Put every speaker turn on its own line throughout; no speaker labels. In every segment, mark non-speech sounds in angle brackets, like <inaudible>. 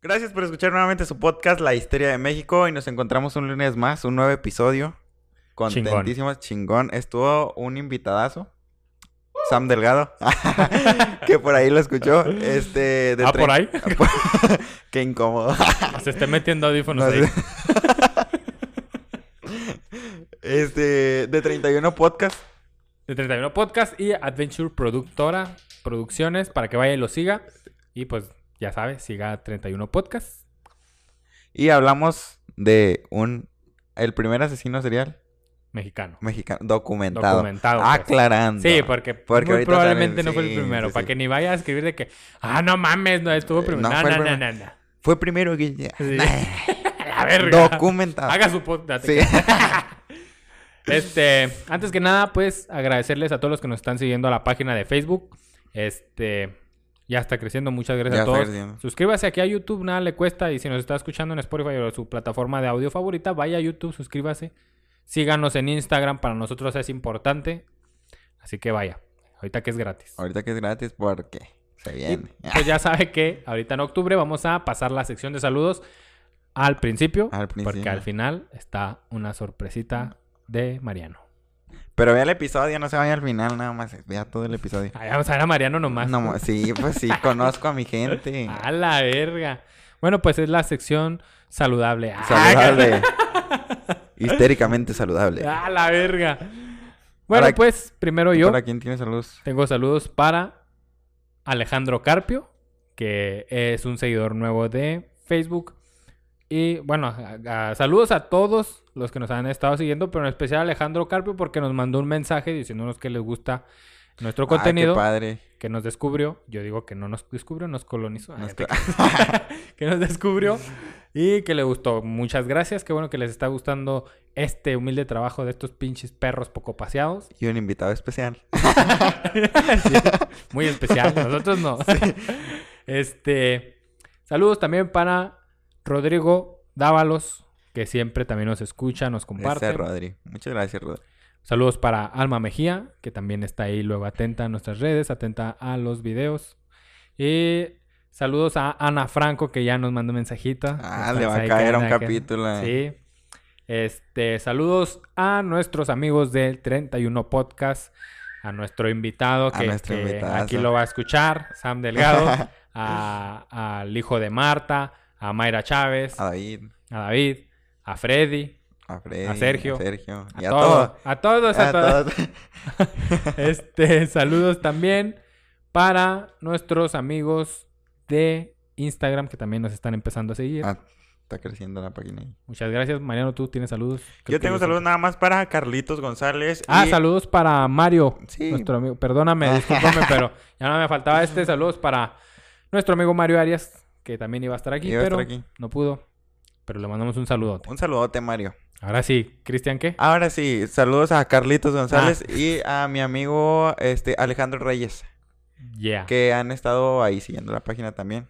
Gracias por escuchar nuevamente su podcast La Histeria de México y nos encontramos un lunes más, un nuevo episodio. Contentísimos, chingón. Estuvo un invitadazo. Sam Delgado, <laughs> que por ahí lo escuchó. Este, de
Ah,
tre-
por ahí. Ah,
Qué incómodo.
Se está metiendo audífonos
<laughs> No
ahí.
sé. Este, de 31 podcast.
De 31 Podcast y Adventure Productora Producciones para que vaya y lo siga. Y pues, ya sabes, siga 31 Podcast.
Y hablamos de un. El primer asesino serial
Mexicano.
mexicano. Documentado.
Documentado. pues.
Aclarando.
Sí, porque,
Porque
muy
ahorita
probablemente
salen-
no fue el
sí,
primero.
sí,
para
sí.
que ni vaya a escribir de que, ah, no mames, no estuvo
Eh,
primero.
no
No,
fue
no,
el
no,
primero.
no, no.
Fue primero que. <laughs>
Sí. La verga.
Documentado.
Haga su podcast.
Sí.
Este, antes que nada, pues agradecerles a todos los que nos están siguiendo a la página de Facebook. Este, ya está creciendo, muchas gracias
Ya
a
está
todos.
creciendo.
Suscríbase aquí a YouTube, nada le cuesta. Y si nos está escuchando en Spotify o su plataforma de audio favorita, vaya a YouTube, suscríbase. Síganos en Instagram, para nosotros es importante. Así que vaya, ahorita que es gratis.
<laughs> Ahorita que es gratis, porque se viene.
Pues ya sabe que ahorita en octubre vamos a pasar la sección de saludos al principio,
Al
porque
principio.
al final está una sorpresita de Mariano.
Pero vea el episodio, no se vaya al final, nada más. Vea todo el
<laughs>
episodio.
Ay, vamos a ver a Mariano nomás.
No, mo- sí, pues sí, conozco a mi
<laughs>
gente.
A la verga. Bueno, pues es la sección saludable. Ah,
Saludable. <laughs> Histéricamente saludable.
<laughs> A la verga. Bueno,
Para-
pues primero Ah, yo
¿Para quién tiene saludos?
tengo saludos para Alejandro Carpio, que es un seguidor nuevo de Facebook. Y bueno, a- a- saludos a todos los que nos han estado siguiendo, pero en especial a Alejandro Carpio porque nos mandó un mensaje diciéndonos que les gusta nuestro
Ah, qué
contenido.
padre.
que nos descubrió, yo digo que no nos descubrió, nos colonizó, Ah, <laughs>
Nos
te creas. que
<laughs>
nos descubrió y que le gustó. Muchas gracias, qué bueno que les está gustando este humilde trabajo de estos pinches perros
<laughs>
poco paseados.
Y un invitado especial.
Sí, muy especial, nosotros no. <laughs> Este, saludos también para Rodrigo Dávalos, que siempre también nos escucha, nos comparte.
Ese Rodri. Muchas gracias, Rodri.
Saludos para Alma Mejía, que también está ahí luego atenta a nuestras redes, atenta a los videos. Y saludos a Ana Franco, que ya nos mandó mensajita.
Ah,
Estás
le va a
ahí,
caer
Ana,
un
que-
capítulo.
Sí. Este, saludos a nuestros amigos del 31 Podcast, a nuestro invitado
A
que,
nuestro
que
invitadazo.
aquí lo va a escuchar, Sam
<laughs>
Delgado, a- al hijo de Marta, a Mayra Chávez,
A David,
a David, a Freddy,
a Freddy,
A Sergio.
Sergio.
a,
Y a
todos,
todos.
a todos, <laughs> a
A
todos.
todos. <laughs>
Este, <laughs> saludos también para nuestros amigos de Instagram que también nos están empezando a seguir.
Ah, Está creciendo la página. ahí.
Muchas gracias, Mariano. Tú tienes saludos. Creo
Yo
que
tengo saludos nada más para Carlitos González.
Ah,
y-
saludos para Mario,
Sí. Ah.
nuestro amigo. Perdóname, discúlpame,
<laughs>
pero ya no me faltaba este. Saludos para nuestro amigo Mario Arias, que también iba a estar aquí,
Iba a
pero
estar aquí.
no pudo. Pero le mandamos un saludote.
Un saludote, Mario.
Ahora sí, Cristian, ¿qué?
Ahora sí, saludos a Carlitos González
Ah.
y a mi amigo este Alejandro Reyes,
Yeah,
que han estado ahí siguiendo la página también.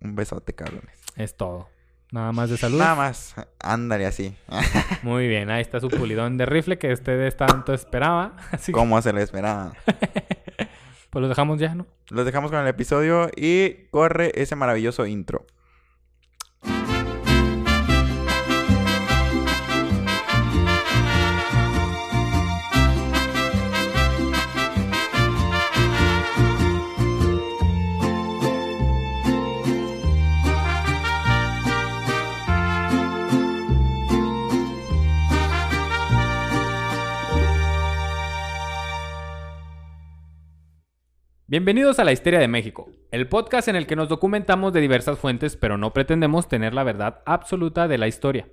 Un besote, cabrones.
es todo. Nada más de saludos.
Nada más, ándale así, Ah,
Muy bien, ahí está su pulidón de rifle que ustedes tanto esperaba. <laughs> Así que
como se lo
<laughs>
esperaba.
Pues lo dejamos ya, ¿no?
Los dejamos con el episodio y corre ese maravilloso intro.
Bienvenidos a La Histeria de México, el podcast en el que nos documentamos de diversas fuentes, pero no pretendemos tener la verdad absoluta de la historia.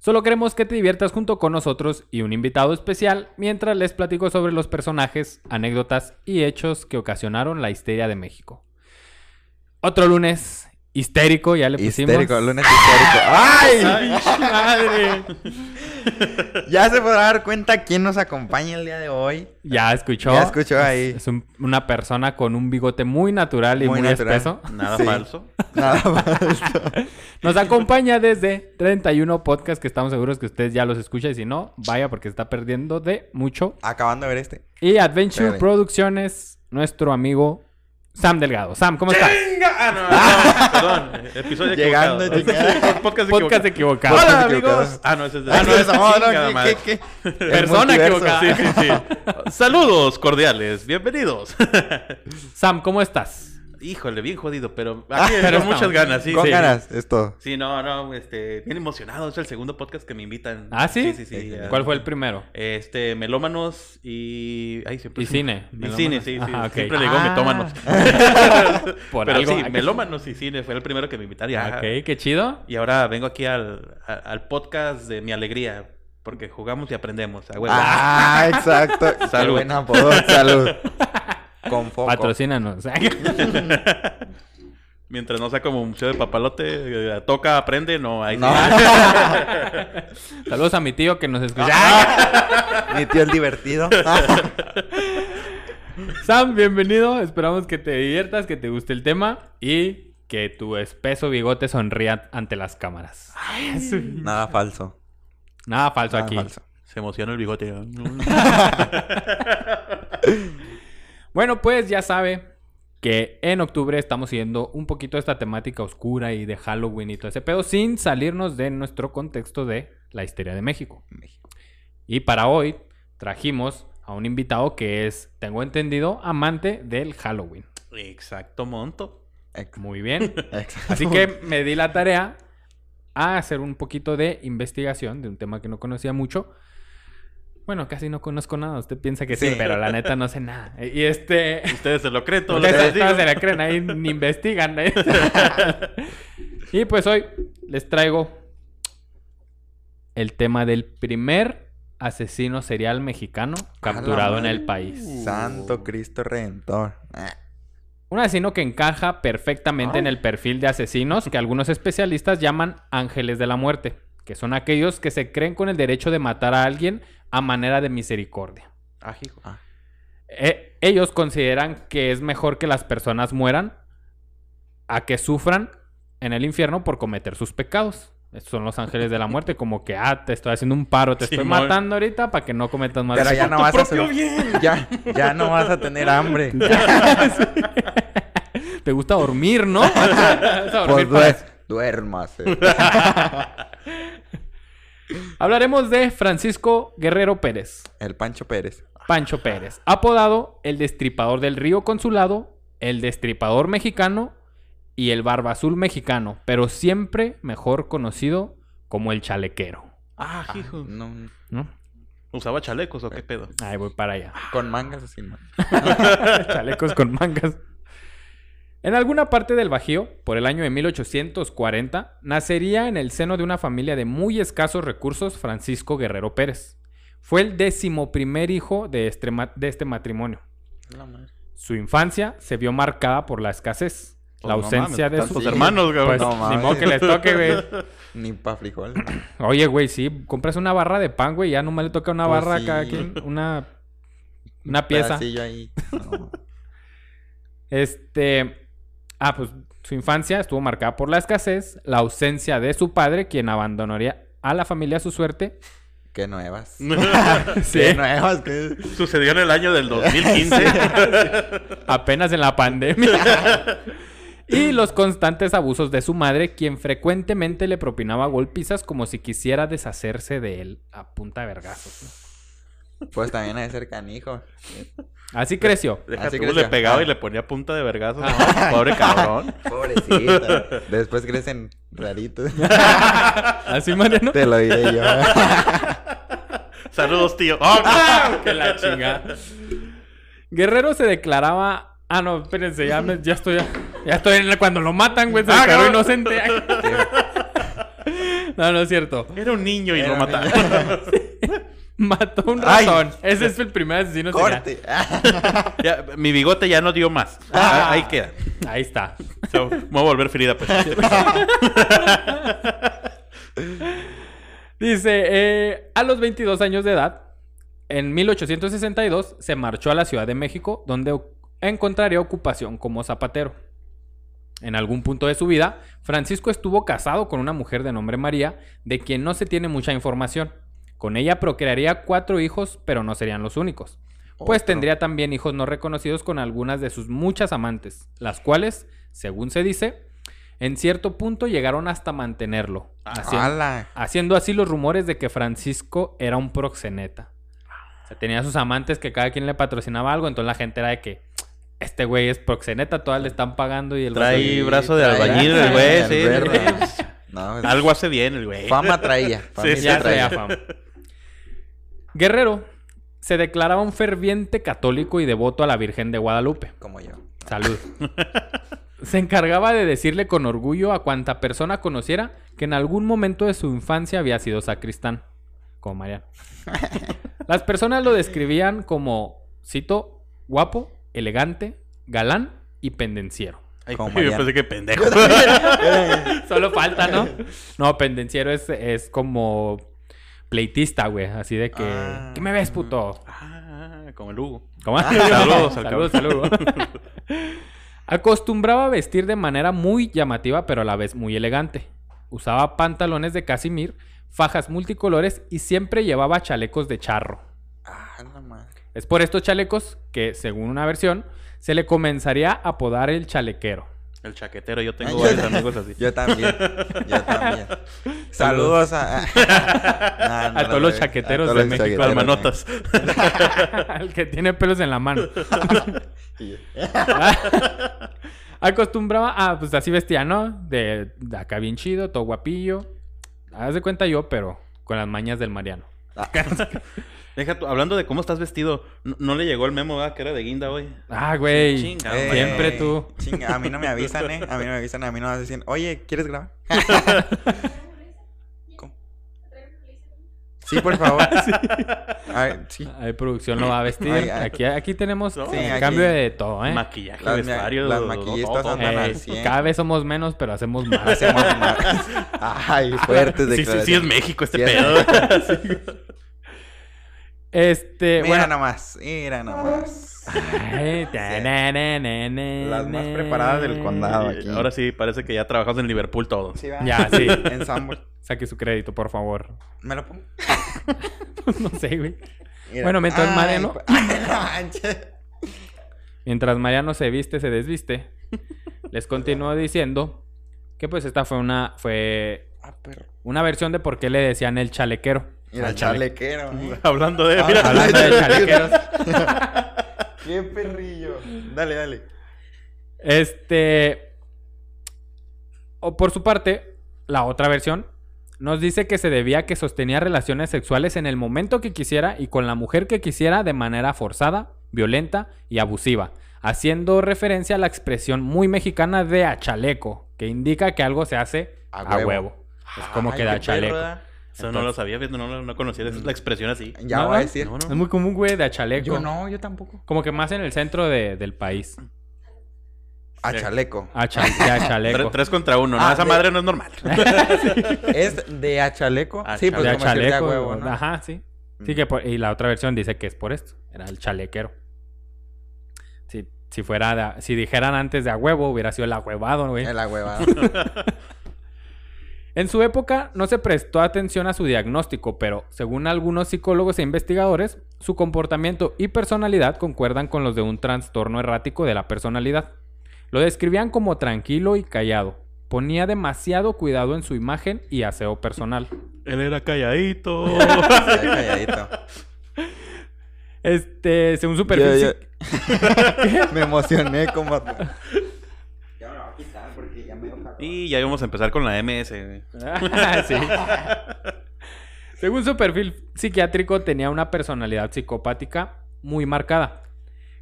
Solo queremos que te diviertas junto con nosotros y un invitado especial mientras les platico sobre los personajes, anécdotas y hechos que ocasionaron la histeria de México. Otro lunes histérico, ya le pusimos.
Histérico, lunes
<laughs>
histérico. ¡Ay!
¡Ay, madre!
Ya se podrá dar cuenta quién nos acompaña el día de hoy.
Ya escuchó.
Ya escuchó ahí.
Es un- una persona con un bigote muy natural y muy,
natural.
espeso.
Nada
Sí.
falso.
<laughs> Nada más.
Nos acompaña desde 31 Podcast, que estamos seguros que usted ya los escucha y si no, vaya porque está perdiendo de mucho.
Acabando de ver este.
Y Adventure
Espérame.
Producciones, nuestro amigo Sam Delgado. Sam, ¿cómo estás?
¡Chinga! Ah, no, no, perdón.
<laughs>
Episodio
Llegando,
equivocado. Podcast,
Podcast equivocado.
equivocado.
Podcast
Hola,
equivocado.
amigos. Ah, no, ese es
<laughs>
de...
Ah, no, esa- oh, no,
Chingada
¿qué-
madre.
qué- qué? El
Persona
multiverso.
equivocada.
Sí, sí, sí. Saludos cordiales. Bienvenidos. <laughs>
Sam, ¿cómo estás?
Híjole, bien jodido, pero aquí
Ah, pero
con muchas
estamos.
ganas. Sí,
Con
sí.
ganas, es todo.
Sí, no, no, este, bien emocionado. Es el segundo podcast que me invitan.
¿Ah, sí?
Sí, sí, sí. ya.
¿Cuál fue el primero?
Este, melómanos y. Ay, siempre
Y cine.
Y
Melómanos.
cine, sí, sí.
Ajá, ok.
Siempre le digo
Ah.
metómanos.
<laughs> Por
Pero
algo. Ah,
sí, melómanos y cine fue el primero que me invitaron. Ya.
Ok, qué chido.
Y ahora vengo aquí al, a- al podcast de mi alegría, porque jugamos y aprendemos. a huevo.
Ah, exacto. Qué
Pues, Salud.
buen apodo, salud. Con foco.
<laughs>
Patrocínanos.
Mientras no sea como un show de papalote, eh, toca, aprende, no hay.
No. <laughs>
Saludos a mi tío que nos escucha.
Ah.
Mi tío el divertido. Ah,
Sam, bienvenido. Esperamos que te diviertas, que te guste el tema y que tu espeso bigote sonría ante las cámaras. Sí.
Nada falso.
Nada falso
Nada
aquí.
falso.
Se emociona el bigote.
Bueno, pues ya sabe que en octubre estamos siguiendo un poquito esta temática oscura y de Halloween y todo ese pedo sin salirnos de nuestro contexto de la histeria de México.
México.
Y para hoy trajimos a un invitado que es, tengo entendido, amante del Halloween.
Exacto, monto.
Ex- <laughs>
Muy bien.
Exacto.
Así que me di la tarea a hacer un poquito de investigación de un tema que no conocía mucho. Bueno, casi no conozco nada. Usted piensa que sí,
Sí.
pero
<laughs>
la neta no sé nada. Y este...
Ustedes se lo creen, todo lo que
Ustedes
les digo.
todos se la creen ahí,
<laughs>
ni investigan. ¿eh? y pues hoy les traigo el tema del primer asesino serial mexicano capturado en
madre.
el país.
Santo Cristo Redentor. Ah,
Un asesino que encaja perfectamente
Ah.
en el perfil de asesinos que algunos especialistas llaman ángeles de la muerte, que son aquellos que se creen con el derecho de matar a alguien a manera de misericordia.
Ah, hijo.
ah.
Eh, ellos consideran que es mejor que las personas mueran a que sufran en el infierno por cometer sus pecados. Estos son los ángeles de la muerte, como que, ah, te estoy haciendo un paro, te estoy
Simón.
matando ahorita para que no cometas más.
Pero ya no
tu
vas a
propio
ser-
bien.
Ya, ya no vas a tener hambre.
Te gusta
<laughs>
dormir, ¿no? <laughs> Vas a dormir
Pues
para-
duer- duérmase.
Hablaremos de Francisco Guerrero Pérez,
El Pancho Pérez.
Pancho Pérez, apodado el Destripador del Río Consulado, el Destripador Mexicano y el Barba Azul Mexicano, pero siempre mejor conocido como el Chalequero,
Ah, hijo.
No,
¿no?
¿Usaba chalecos o qué pedo?
Ahí voy para allá. <laughs>
con mangas o sin mangas.
Chalecos con mangas. En alguna parte del Bajío, por el año de 1840, nacería en el seno de una familia de muy escasos recursos Francisco Guerrero Pérez. Fue el decimoprimer hijo de este ma- de este matrimonio. Su infancia se vio marcada por la escasez,
Pues
la
no
ausencia
mames,
de
tantos
sus
sí.
hermanos, güey.
Pues,
No
ni
mames.
modo que les toque,
<laughs>
güey.
Ni pa' frijol.
Oye, güey, sí, compras una barra de pan, güey, ya nomás le toca una
Pues
barra
sí.
a cada quien, una,
Pues
una pieza.
Pedacillo ahí. No.
Este. Ah, pues su infancia estuvo marcada por la escasez, la ausencia de su padre, quien abandonaría a la familia a su suerte. <laughs>
Qué nuevas. Qué
Sí,
nuevas. qué-
<laughs> Sucedió en el año
<laughs>
del 2015.
apenas en la pandemia. Y los constantes abusos de su madre, quien frecuentemente le propinaba golpizas como si quisiera deshacerse de él a punta de vergazos.
Pues también hay de ser canijo.
¿no? Así creció.
Deja
Así
tú,
creció.
le pegaba
Ah.
y le ponía punta de vergazo. ¿no? Pobre
<laughs>
cabrón.
Pobrecita. <laughs> Después crecen
<laughs>
raritos.
Así, Mariano.
Te lo diré yo.
Saludos, tío. ¡Oh!
<laughs> que la chingada. Guerrero se declaraba. Ah, no, espérense, ya, me- ya estoy. Ya estoy en la- cuando lo matan, güey. Se
Ah,
declaró
cabrón.
inocente.
<laughs>
No, no es cierto.
Era un niño y
Era
lo
un
mataron.
Mató un
Ay.
ratón. Ese es el primer asesino. serial.
Corte.
Ya, mi bigote ya no dio más. Ah, Ahí queda.
Ahí está.
So, me voy a volver ferida, pues.
Dice, eh, a los 22 años de edad, en 1862 se marchó a la Ciudad de México, donde o- encontraría ocupación como zapatero. En algún punto de su vida, Francisco estuvo casado con una mujer de nombre María, de quien no se tiene mucha información. Con ella procrearía cuatro hijos, pero no serían los únicos. <laughs> pues
Otro.
tendría también hijos no reconocidos con algunas de sus muchas amantes, las cuales, según se dice, en cierto punto llegaron hasta mantenerlo,
Ah,
haci-
¡Hala!
haciendo así los rumores de que Francisco era un proxeneta. O sea, tenía sus amantes que cada quien le patrocinaba algo, entonces la gente era de que este güey es proxeneta, todas le están pagando y el güey-
Trae
Sí,
brazo de
trae
albañil,
brazo
el güey, sí.
de alberga. No, es-
Algo hace bien el güey.
Fama traía. familia
Ya
traía.
sea fama. Guerrero se declaraba un ferviente católico y devoto a la Virgen de Guadalupe.
Como yo.
Salud. <laughs> Se encargaba de decirle con orgullo a cuanta persona conociera que en algún momento de su infancia había sido sacristán, como Mariano. Las personas lo describían como, cito, guapo, elegante, galán y pendenciero.
Ay,
Como
<laughs> yo
Mariano.
pensé que pendejo.
Solo falta, ¿no? No, pendenciero es, es como pleitista, güey, así de que...
Ah.
¿Qué me ves, puto?
<laughs> ah, como el Hugo.
¿Cómo?
saludos
<laughs>
al
saludos, saludos. <laughs> Acostumbraba a vestir de manera muy llamativa, pero a la vez muy elegante. Usaba pantalones de casimir, fajas multicolores y siempre llevaba chalecos de charro.
Ah, la madre.
Es por estos chalecos que, según una versión, se le comenzaría a apodar el chalequero. <laughs>
El chaquetero, yo tengo
Ay, yo-
varios amigos así.
Yo también.
<laughs>
Yo también. Saludos a. <laughs> Ah, no,
A
la
todos los
verdad,
chaqueteros
a todos
de
los
México,
chaqueteros,
Las manotas.
el que tiene pelos en la mano.
sí.
Acostumbraba a, pues así vestía, ¿no? De, de acá bien chido, todo guapillo. Haz de cuenta yo, pero con las mañas del Mariano.
Deja tú, hablando de cómo estás vestido, no, no le llegó el memo ¿verdad? que era de guinda hoy.
Ah, güey.
Chinga,
Eh,
madre.
Siempre tú.
chinga, a mí no me avisan, ¿eh? A mí no me avisan, a mí no me dicen, oye, ¿quieres grabar?
<laughs>
¿Cómo? Sí, por
<laughs>
favor. A ver, sí.
Ahí producción lo va a vestir.
Ay, ay.
Aquí, aquí tenemos
No,
el
sí,
aquí.
cambio de todo, ¿eh?
Maquillaje,
Las ma-
vestuario.
las
todo,
maquillistas
todo.
andan
Eh,
al cien.
cada vez somos menos, pero hacemos más.
Hacemos mal. Ay, fuertes
Sí, sí,
declaraciones.
sí, es México este
Sí, es-
pedo. <laughs>
Este,
Mira
bueno.
nomás, mira nomás.
Ay, ta-
Sí.
na- na- na- na-
Las más
na-
preparadas del condado. Aquí.
Ahora sí, parece que ya trabajamos en Liverpool todos.
Sí, va.
Ya, sí.
Ensamble.
Saque su crédito, por favor. <laughs>
¿Me lo pongo?
no sé, güey.
Mira.
Bueno, mientras
Ay,
Mariano-
pa- <laughs> Ay, che.
Mientras Mariano se viste, se desviste. Les continúo diciendo que pues esta fue una fue
Ah, perro.
una versión de por qué le decían el chalequero.
Mira,
Al chale-
chalequero. ¿eh?
Hablando de. Mira,
Ah,
Hablando de chalequeros.
<laughs> Qué perrillo. Dale, dale.
Este. O por su parte, la otra versión nos dice que se debía a que sostenía relaciones sexuales en el momento que quisiera y con la mujer que quisiera de manera forzada, violenta y abusiva, haciendo referencia a la expresión muy mexicana de a chaleco, que indica que algo se hace
A
a,
huevo.
huevo. Es como
Ay,
que da
qué
chaleco. Mm.
perro, ¿eh?
eso no lo sabía, no, no, no conocía esa es la expresión así.
Ya
¿No,
voy a
no?
decir.
No,
Es
no.
muy común, güey, de a chaleco.
Yo no, yo tampoco.
Como que más en el centro de- del país.
A
Sí.
chaleco.
A, cha- de
<laughs>
a
Tre-
chaleco.
Tres, contra uno, ¿no?
Ah,
esa
de-
madre no
<laughs>
es normal.
¿Es de a chaleco?
A
sí, pues
de a
como chaleco,
chaleco.
huevo, ¿no? Mm,
Ajá, sí. Sí, que por- y la otra versión dice que es por esto. Era el chalequero. Si, si fuera, de a- si dijeran antes de a huevo, hubiera sido el ahuevado, güey.
En la hueva.
<laughs> En su época no se prestó atención a su diagnóstico, pero según algunos psicólogos e investigadores, su comportamiento y personalidad concuerdan con los de un trastorno errático de la personalidad. Lo describían como tranquilo y callado. Ponía demasiado cuidado en su imagen y aseo personal.
Él era calladito.
Sí, calladito.
Este, según su perfil,
Yo-
psi-
yo- <laughs> Me emocioné
<laughs>
como. Ya me lo voy a quitar porque ya me
<laughs> y ya íbamos a empezar con la MS. güey.
Ah, sí. <laughs> Según su perfil psiquiátrico, tenía una personalidad psicopática muy marcada.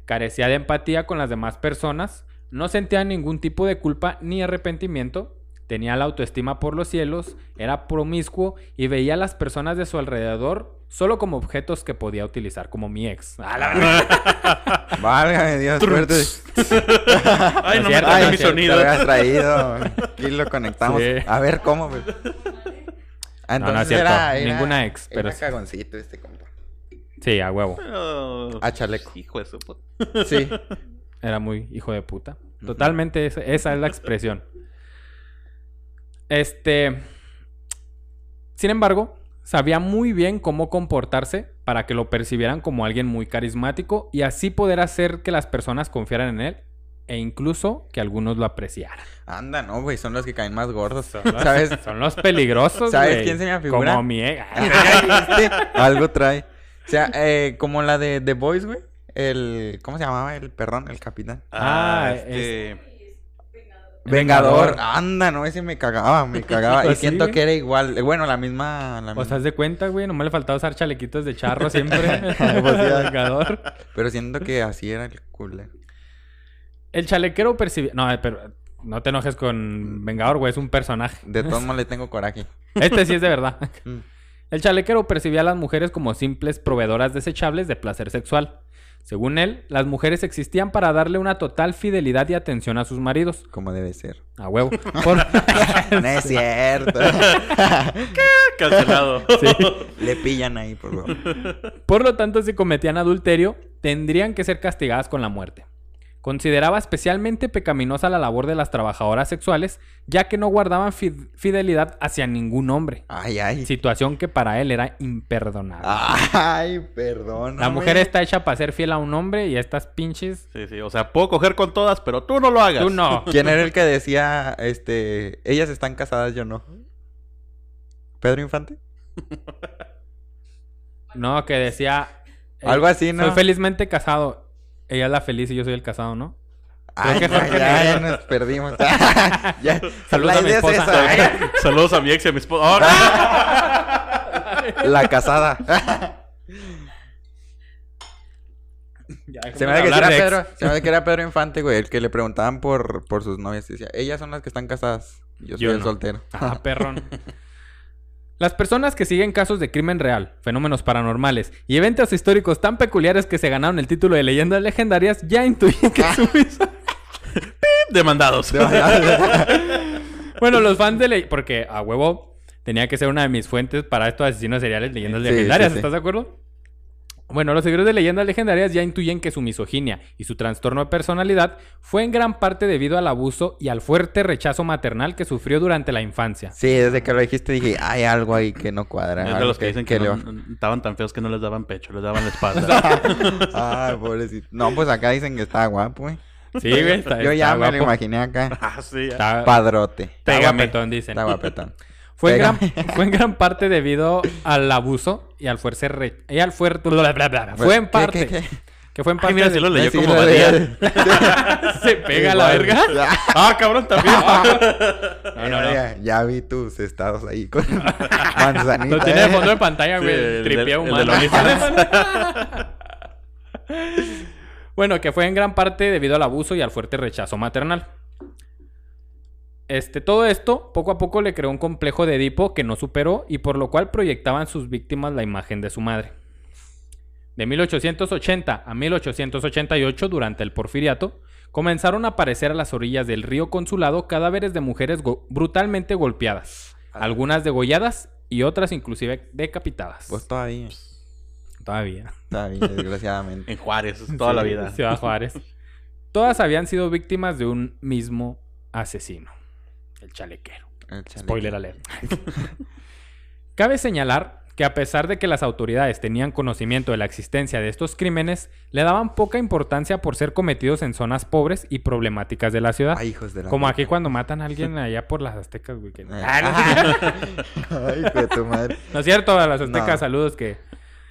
Carecía de empatía con las demás personas, no sentía ningún tipo de culpa ni arrepentimiento, tenía la autoestima por los cielos, era promiscuo y veía a las personas de su alrededor solo como objetos que podía utilizar, como mi ex. Ah, la verdad.
Válgame Dios, suerte.
Ay,
No
no
es
me
cierto,
traje
no
mi
Te
es cierto,
sonido.
lo habías traído. Aquí lo conectamos.
Sí.
A ver cómo, güey. Ah,
No, no
entonces
es cierto.
era- era-
Ninguna ex, pero
Era
sí.
cagoncito este compa.
Sí, a huevo.
Pero-
Ah,
A chaleco.
Hijo de su puta.
<laughs>
Sí.
Era muy hijo de puta. Totalmente esa, esa es la expresión. Este. Sin embargo, sabía muy bien cómo comportarse para que lo percibieran como alguien muy carismático y así poder hacer que las personas confiaran en él e incluso que algunos lo apreciaran.
Anda, no, güey, son los que caen más gordos.
Son los,
¿Sabes?
son los peligrosos.
¿Sabes
güey.
quién se me afigura? <laughs>
Como mi ex.
Este, algo trae. O sea, eh, como la de The Boys, güey. El, ¿cómo se llamaba el perrón? El capitán.
Ah,
Ah,
este.
<laughs>
Vengador.
Vengador.
Anda, no, ese me cagaba,
<laughs>
me cagaba. y
Pues sí,
siento
güey.
que era igual. eh, Bueno, la misma. La
O sea,
misma.
haz de cuenta, güey, nomás le faltaba usar chalequitos de charro siempre.
<laughs> Pues sí, ah.
<laughs> Vengador.
Pero siento que así era el culero.
El chalequero percibía... No, eh, pero no te enojes con Vengador, güey, es un personaje.
De todos modos le tengo coraje.
Este sí es de verdad. <laughs>
Mm.
El chalequero percibía a las mujeres como simples proveedoras desechables de placer sexual. Según él, las mujeres existían para darle una total fidelidad y atención a sus maridos.
Como debe
<laughs>
ser.
A huevo. Por-
No es cierto.
<laughs>
Cancelado.
le pillan ahí, por favor.
Por lo tanto, si cometían adulterio, tendrían que ser castigadas con la muerte. Consideraba especialmente pecaminosa la labor de las trabajadoras sexuales, ya que no guardaban fi- fidelidad hacia ningún hombre,
Ay, ay.
situación que para él era imperdonable.
Ay, perdón.
la mujer está hecha para ser fiel a un hombre y estas pinches...
Sí, sí. O sea, puedo coger con todas, pero tú no lo hagas.
Tú no.
¿Quién era el que decía, este, ellas están casadas, yo no? ¿Pedro Infante?
No, que decía... eh,
Algo así, ¿no?
Soy felizmente casado. Ella es la feliz y yo soy el casado, ¿no?
Ay,
creo que
no,
Jorge
ya, ya
Negrete.
nos perdimos. <laughs> Ya,
Saludos
la
a mi
idea es
esposa.
esa, ¿eh?
<laughs> Saludos a mi ex y a mi esposa. ¡Oh,
Ah.
no!
La
<laughs>
casada. Se me hace que
Hablar
era
de ex.
Pedro, se me hace que era Pedro Infante, güey, el que le preguntaban por, por sus novias. y Decía, ellas son las que están casadas. Yo soy
Yo
el
no.
soltero.
Ah, perrón. Las personas que siguen casos de crimen real, fenómenos paranormales y eventos históricos tan peculiares que se ganaron el título de leyendas legendarias ya intuyen
<laughs>
que su
Demandados.
De verdad.
Bueno, los fans de ley porque a huevo tenía que ser una de mis fuentes para estos asesinos seriales leyendas
Sí,
legendarias,
sí, sí.
¿estás de acuerdo? Bueno, los seguidores de leyendas legendarias ya intuyen que su misoginia y su trastorno de personalidad fue en gran parte debido al abuso y al fuerte rechazo maternal que sufrió durante la infancia.
sí, desde que lo dijiste dije, hay algo ahí que no cuadra.
Ah,
<laughs> Es de
algo
los que dicen que
le
no-
va- <laughs>
estaban tan feos que no les daban pecho,
<laughs>
les daban la espalda.
Ay, Ah, pobrecito. No, pues acá dicen que está guapo, güey. <laughs>
Sí, güey, está-
Yo ya
está
me lo
guapo.
imaginé
<laughs>
acá.
ah, <laughs> sí. ya.
Está-
Padrote.
está
Pégame.
guapetón, dicen.
Está
<laughs>
Pues, guapetón.
Fue en, gran,
Pégame.
<laughs> fue en gran parte debido al abuso y al fuerte re- y al fuerte bla, bla, bla, bla. fue en
Pues, ¿Qué, qué,
parte <laughs>
qué?
que fue en parte
Ay, mira,
de-
si lo leyó
Sí,
como
lo
Badía.
leí.
<laughs>
se pega <laughs> a la
Igual.
verga.
Ah, cabrón, también.
<laughs> No, no, no.
Ya, ya vi tus estados ahí
<laughs>
con manzanita.
Lo tiene de fondo
¿eh?
de pantalla,
Sí,
güey.
el
el
del-
tripié
el
humano.
del OnlyFans.
<laughs> bueno, que fue en gran parte debido al abuso y al fuerte rechazo maternal. Este, todo esto poco a poco le creó un complejo de Edipo que no superó y por lo cual proyectaban sus víctimas la imagen de su madre. De 1880 a 1888, durante el porfiriato, comenzaron a aparecer a las orillas del río Consulado cadáveres de mujeres go- brutalmente golpeadas, algunas degolladas y otras inclusive decapitadas.
Pues todavía.
Todavía.
Todavía, desgraciadamente.
En Juárez, toda la
<laughs>
vida.
Ciudad Juárez. Todas habían sido víctimas de un mismo asesino. El chalequero.
El chaleco.
Spoiler alert. <laughs> Cabe señalar que a pesar de que las autoridades tenían conocimiento de la existencia de estos crímenes, le daban poca importancia por ser cometidos en zonas pobres y problemáticas de la ciudad.
Ay, hijos de la. Eh.
Como aquí cuando matan a alguien allá por las aztecas, güey. que- Ah,
<laughs> Ay, hijo de tu
<laughs>
madre.
no, no es cierto, a las aztecas
No.
saludos que...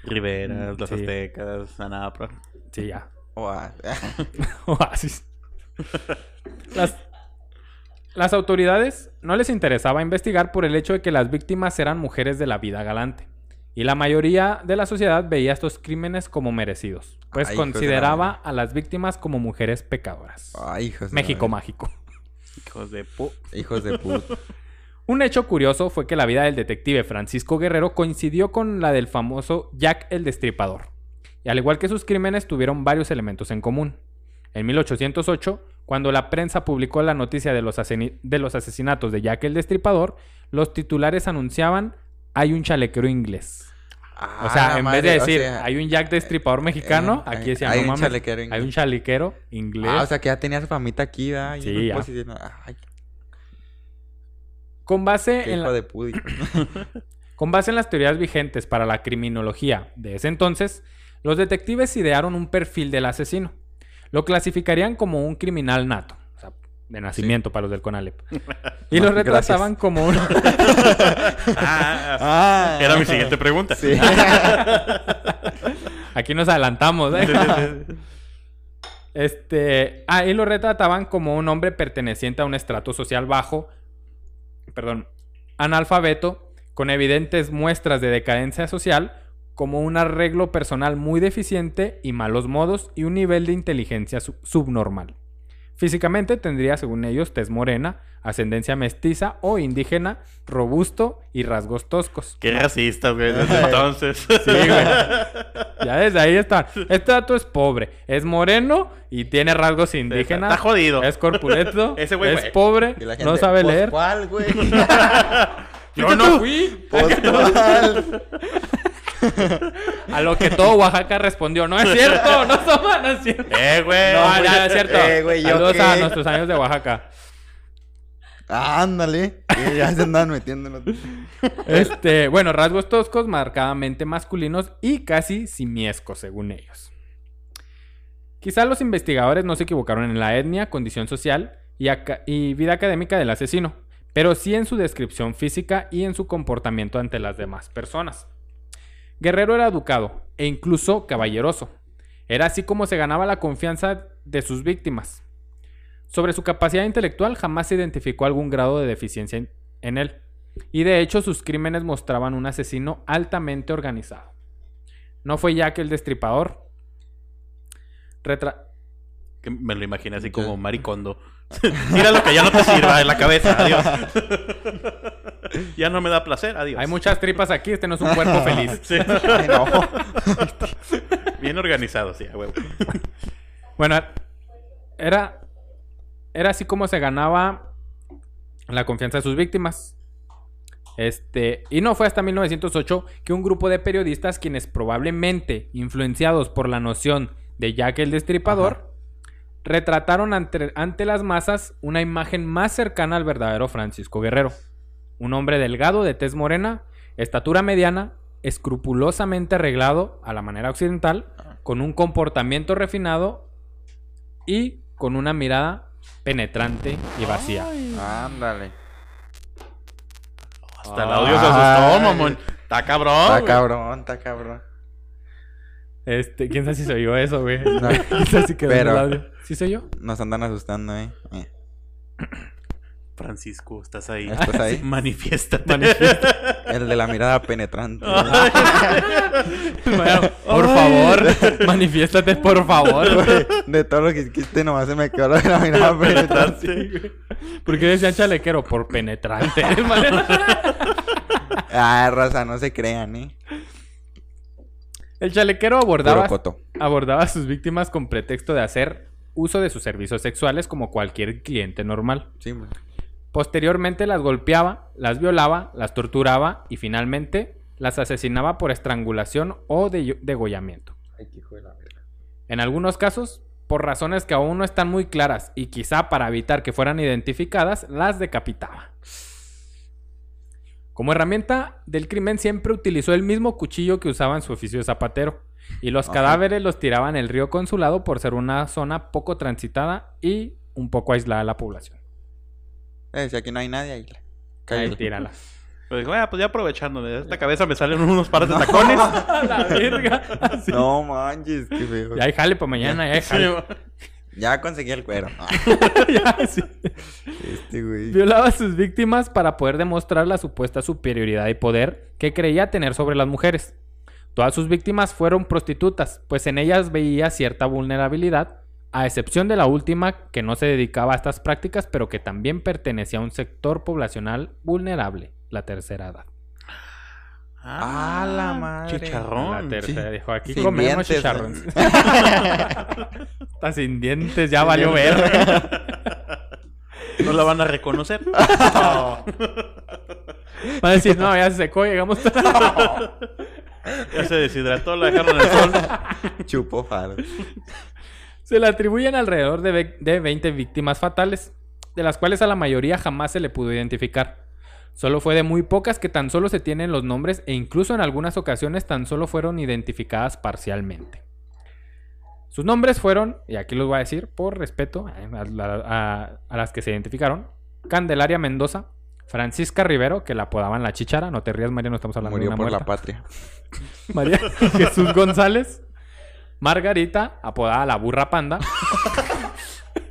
Rivera, las
Mm, Sí.
aztecas, Anapra.
Sí, ya.
Guau.
Oasis. Las, las autoridades no les interesaba investigar por el hecho de que las víctimas eran mujeres de la vida galante. Y la mayoría de la sociedad veía estos crímenes como merecidos, pues
Ay, Ah, hijos de la
consideraba
madre.
a las víctimas como mujeres pecadoras.
Ay, hijos de la
México
madre.
mágico.
Hijos de
<laughs>
pu.
Hijos de puta.
Un hecho curioso fue que la vida del detective Francisco Guerrero coincidió con la del famoso Jack el Destripador. Y al igual que sus crímenes tuvieron varios elementos en común. En 1808, cuando la prensa publicó la noticia de los, aseni- de los asesinatos de Jack el Destripador, los titulares anunciaban hay un chalequero inglés. O
Ah,
sea, en vez de decir hay un Jack Destripador mexicano,
eh,
aquí decían
hay
no
un
mames,
chalequero inglés".
hay un chalequero inglés.
Ah, o sea, que ya tenía su famita aquí, ¿verdad? Y
Sí,
no
ya.
puedes decir nada. Ay,
con base
qué
en la- <laughs>
hijo de pudi.
Con base en las teorías vigentes para la criminología de ese entonces, los detectives idearon un perfil del asesino. Lo clasificarían como un criminal nato, o sea, de nacimiento para los del CONALEP. Y lo
Gracias.
retrasaban como un... <laughs>
Ah,
Ah,
era mi siguiente pregunta. <laughs>
Sí.
Aquí nos adelantamos.
<laughs>
¿eh? Este, ahí lo retrataban como un hombre perteneciente a un estrato social bajo, perdón, analfabeto, con evidentes muestras de decadencia social, como un arreglo personal muy deficiente y malos modos y un nivel de inteligencia sub- subnormal. Físicamente tendría, según ellos, tez morena, ascendencia mestiza o indígena, robusto y rasgos toscos.
Qué racistas, güey. desde entonces.
Sí, güey. Ya desde ahí está. Este dato es pobre. Es moreno y tiene rasgos indígenas.
Está jodido.
Es corpulento.
Ese güey
es
fue.
pobre.
Y la
No
gente,
sabe
"¿Pues
leer.
¿Cuál, güey? <laughs>
Yo no fui.
¿Pues cuál?
A lo que todo Oaxaca respondió. No es cierto. No somos, no es
<laughs>
cierto.
Eh, güey.
No, no, no es cierto.
Eh, güey, ¿yo
Saludos a
qué?
nuestros amigos de Oaxaca.
<laughs> Ándale. Sí, Ya se andan metiendo en otro-
Este, bueno, rasgos toscos, marcadamente masculinos y casi simiescos, según ellos. Quizá los investigadores no se equivocaron en la etnia, condición social y, aca- y vida académica del asesino, pero sí en su descripción física y en su comportamiento ante las demás personas. Guerrero era educado e incluso caballeroso. Era así como se ganaba la confianza de sus víctimas. Sobre su capacidad intelectual jamás se identificó algún grado de deficiencia en- en él y de hecho sus crímenes mostraban un asesino altamente organizado. No fue Jack el destripador. Retra-
Que me lo imaginé así como maricondo. <laughs> Mira lo que ya no te sirva en la cabeza. Adiós. <laughs> ya no me da placer. Adiós.
Hay muchas tripas aquí, este no es un cuerpo feliz. <laughs>
<laughs> Sí.
Ay, no.
Bien organizado, sí, a huevo.
Bueno, era, era así como se ganaba la confianza de sus víctimas. Este, y no fue hasta 1908 que un grupo de periodistas, quienes probablemente influenciados por la noción de Jack el Destripador, retrataron ante, ante las masas una imagen más cercana al verdadero Francisco Guerrero. Un hombre delgado de tez morena, estatura mediana, escrupulosamente arreglado a la manera occidental, con un comportamiento refinado y con una mirada penetrante y vacía.
Ándale.
Hasta el audio se
Ay.
asustó, mamón. Está cabrón.
Está
güey.
cabrón, está cabrón.
Este, quién sabe si soy yo eso, güey.
No,
<laughs> Quién sabe si quedó en el
pero-
audio. ¿Sí soy yo?
Nos andan asustando, eh. Eh,
Francisco, Ah, estás ahí.
¿Estás ahí?
<laughs> Manifiéstate. <laughs>
El de la mirada penetrante.
Bueno, por favor, manifiéstate, por favor.
Güey, de todo lo que dijiste, nomás se me quedó lo de la
<laughs>
mirada penetrante.
Penetrante.
¿Por qué decían chalequero? Por penetrante.
Ah, raza, no se crean, eh.
El chalequero abordaba,
Puro coto.
abordaba a sus víctimas con pretexto de hacer uso de sus servicios sexuales como cualquier cliente normal.
Sí, güey.
Posteriormente las golpeaba, las violaba, las torturaba y finalmente las asesinaba por estrangulación o de- degollamiento. En algunos casos, por razones que aún no están muy claras y quizá para evitar que fueran identificadas, las decapitaba. Como herramienta del crimen siempre utilizó el mismo cuchillo que usaba en su oficio de zapatero y los
Ajá.
cadáveres los tiraba en el río Consulado por ser una zona poco transitada y un poco aislada de la población.
Eh, si aquí no hay nadie, ahí.
Ahí
cállate.
tírala.
Pues, güey, pues ya aprovechando, de esta cabeza me salen unos pares <laughs> de tacones.
¡A la verga!
<laughs>
Así.
No manches, qué feo.
Ya hay jale para mañana, ya hay
Sí,
jale.
güey.
Ya conseguí el cuero. Ah,
<laughs> Ya, sí.
Este güey.
Violaba a sus víctimas para poder demostrar la supuesta superioridad y poder que creía tener sobre las mujeres. Todas sus víctimas fueron prostitutas, pues en ellas veía cierta vulnerabilidad, a excepción de la última que no se dedicaba a estas prácticas, pero que también pertenecía a un sector poblacional vulnerable, la tercera edad.
Ah, la madre.
La
Chicharrón.
tercera, dijo, aquí
Sin
comemos
dientes,
chicharrones.
¿no? <laughs>
Está sin dientes, ya valió ver.
<laughs> No la van a <laughs> reconocer.
Va a decir, no, ya se secó, llegamos tarde".
Ya se deshidrató, la dejaron en el sol.
Chupo faro.
Se le atribuyen alrededor de, ve- de 20 víctimas fatales, de las cuales a la mayoría jamás se le pudo identificar. Solo fue de muy pocas que tan solo se tienen los nombres e incluso en algunas ocasiones tan solo fueron identificadas parcialmente. Sus nombres fueron, y aquí los voy a decir por respeto a, a- a- a las que se identificaron, Candelaria Mendoza, Francisca Rivero, que la apodaban la chichara, no te rías María, no estamos hablando
Murió
de una
por
muerta.
la patria.
María <laughs> Jesús González, Margarita, apodada la burra panda,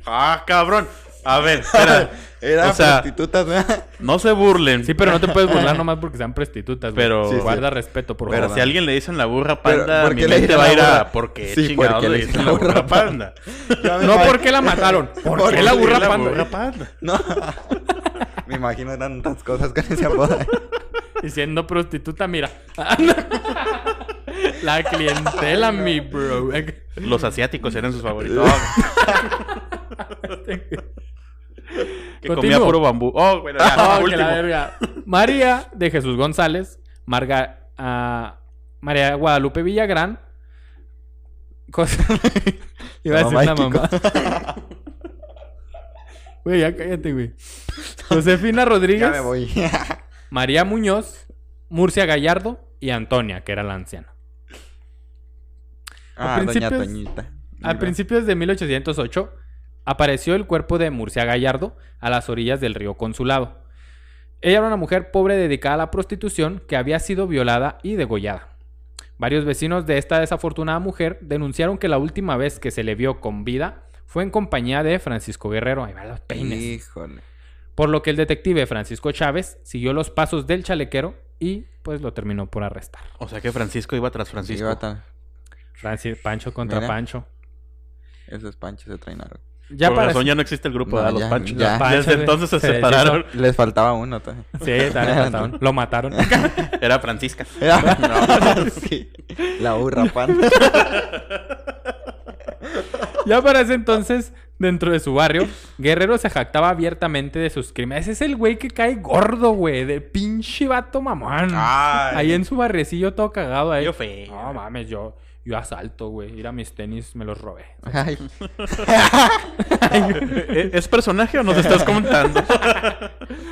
Ah, cabrón. A ver, espera.
Era
O sea,
prostitutas, <laughs> ¿verdad?
No se burlen.
Sí, pero no te puedes burlar nomás porque sean prostitutas, güey.
Pero- Sí, sí.
guarda respeto, por
Pero
favor.
si a alguien le dicen la burra
Pero,
panda,
¿por
mi
qué le
mente
dicen
va a
la
ir a
burra?
¿por qué
Sí,
chingados
¿por qué
le dicen la burra panda?
No porque
<laughs>
la mataron, porque
¿Por
la
qué
burra
La
panda.
burra panda.
No. Me imagino tantas cosas con ese apodo.
Y siendo prostituta, mira. <laughs> la clientela, mi bro. <laughs>
<laughs>
Los asiáticos eran sus favoritos. <laughs> que comía
Continúo.
puro bambú. Oh, bueno, ya,
<laughs> Ah, que
último.
la verga. María de Jesús González, Marga, ah, María Guadalupe Villagrán. Cosa... <laughs> <laughs> Iba a decir
Mamá
la
Kiko.
mamá.
<laughs>
Güey, ya cállate, güey. Josefina Rodríguez,
Ya me voy.
María Muñoz, Murcia Gallardo y Antonia, que era la anciana.
Ah,
A
doña
principios-
Toñita.
A principios de 1808 apareció el cuerpo de Murcia Gallardo a las orillas del río Consulado. Ella era una mujer pobre dedicada a la prostitución que había sido violada y degollada. Varios vecinos de esta desafortunada mujer denunciaron que la última vez que se le vio con vida fue en compañía de Francisco Guerrero. Ahí van los peines.
Híjole.
Por lo que el detective Francisco Chávez siguió los pasos del chalequero y pues lo terminó por arrestar.
O sea que Francisco iba tras
Sí,
Francisco.
iba tan-
Francis, Pancho contra
Mira.
Pancho.
Esos panchos se traen algo.
Ya
Por
para
razón
ese-
ya no existe el grupo
No,
de los
ya,
panchos.
ya.
Pancho,
Desde
güey.
entonces se,
Se
separaron.
Les faltaba uno <laughs> todavía.
Sí, también lo mataron. Lo mataron. <laughs>
<laughs>
Era Francisca.
Sí. La burra panda.
Ya para ese entonces, dentro de su barrio, Guerrero se jactaba abiertamente de sus crímenes. Ese es el güey que cae gordo, güey, de pinche vato mamón. Ahí en su barriecillo todo cagado ahí.
Yo feo.
No mames, yo, yo asalto, güey. Ir a mis tenis, me los robé.
Ay,
<laughs> ¿E- ¿Es personaje o nos
<laughs>
estás comentando?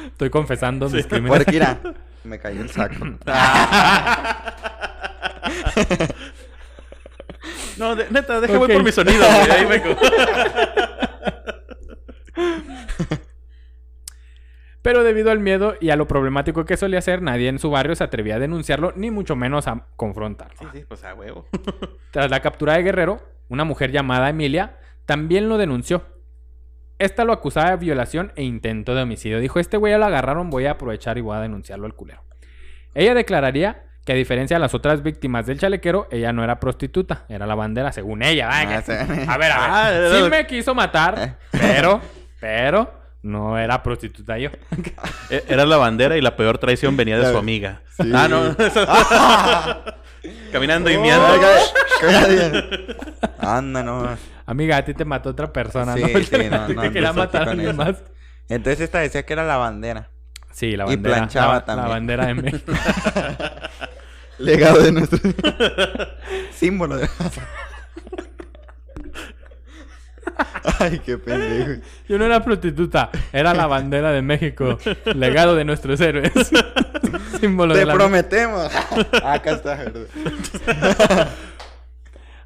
Estoy confesando mis crímenes.
porque mira, me cayó el saco. Ah.
<laughs> No, de- neta, déjame
Ok.
por mi sonido. güey, ahí me
<laughs>
co-
Pero debido al miedo y a lo problemático que solía ser, nadie en su barrio se atrevía a denunciarlo, ni mucho menos a confrontarlo.
Sí, sí, pues a huevo.
Tras la captura de Guerrero, una mujer llamada Emilia también lo denunció. Esta lo acusaba de violación e intento de homicidio. Dijo, este güey ya lo agarraron, voy a aprovechar y voy a denunciarlo al culero. Ella declararía que a diferencia de las otras víctimas del chalequero, ella no era prostituta, era la bandera, según ella. vaya.
Ah, sí.
A ver, a
Ah,
ver.
era
Sí
lo-
me quiso
Eh.
matar,
<laughs>
pero, pero, no era prostituta yo.
E- Era la bandera y la peor traición venía de
La-
su amiga.
Sí. Ah.
Ah,
<laughs>
no. <laughs> Caminando y miando.
Cállate. Anda, no.
Amiga, a ti te mató otra persona,
Sí,
¿no? Porque
sí,
la
no, no,
gente <laughs> te
no
quería
estoy
matar a
con
alguien
eso.
más.
Entonces esta decía que era la bandera.
Sí, la
Y
bandera. la-
planchaba
la
también.
bandera de México.
Legado de nuestro... <laughs> Símbolo de... <laughs> Ay, qué pendejo.
Yo no era prostituta, era la bandera de México, legado de nuestros héroes. <laughs> Símbolo de
Te
la...
prometemos. Acá está. verde.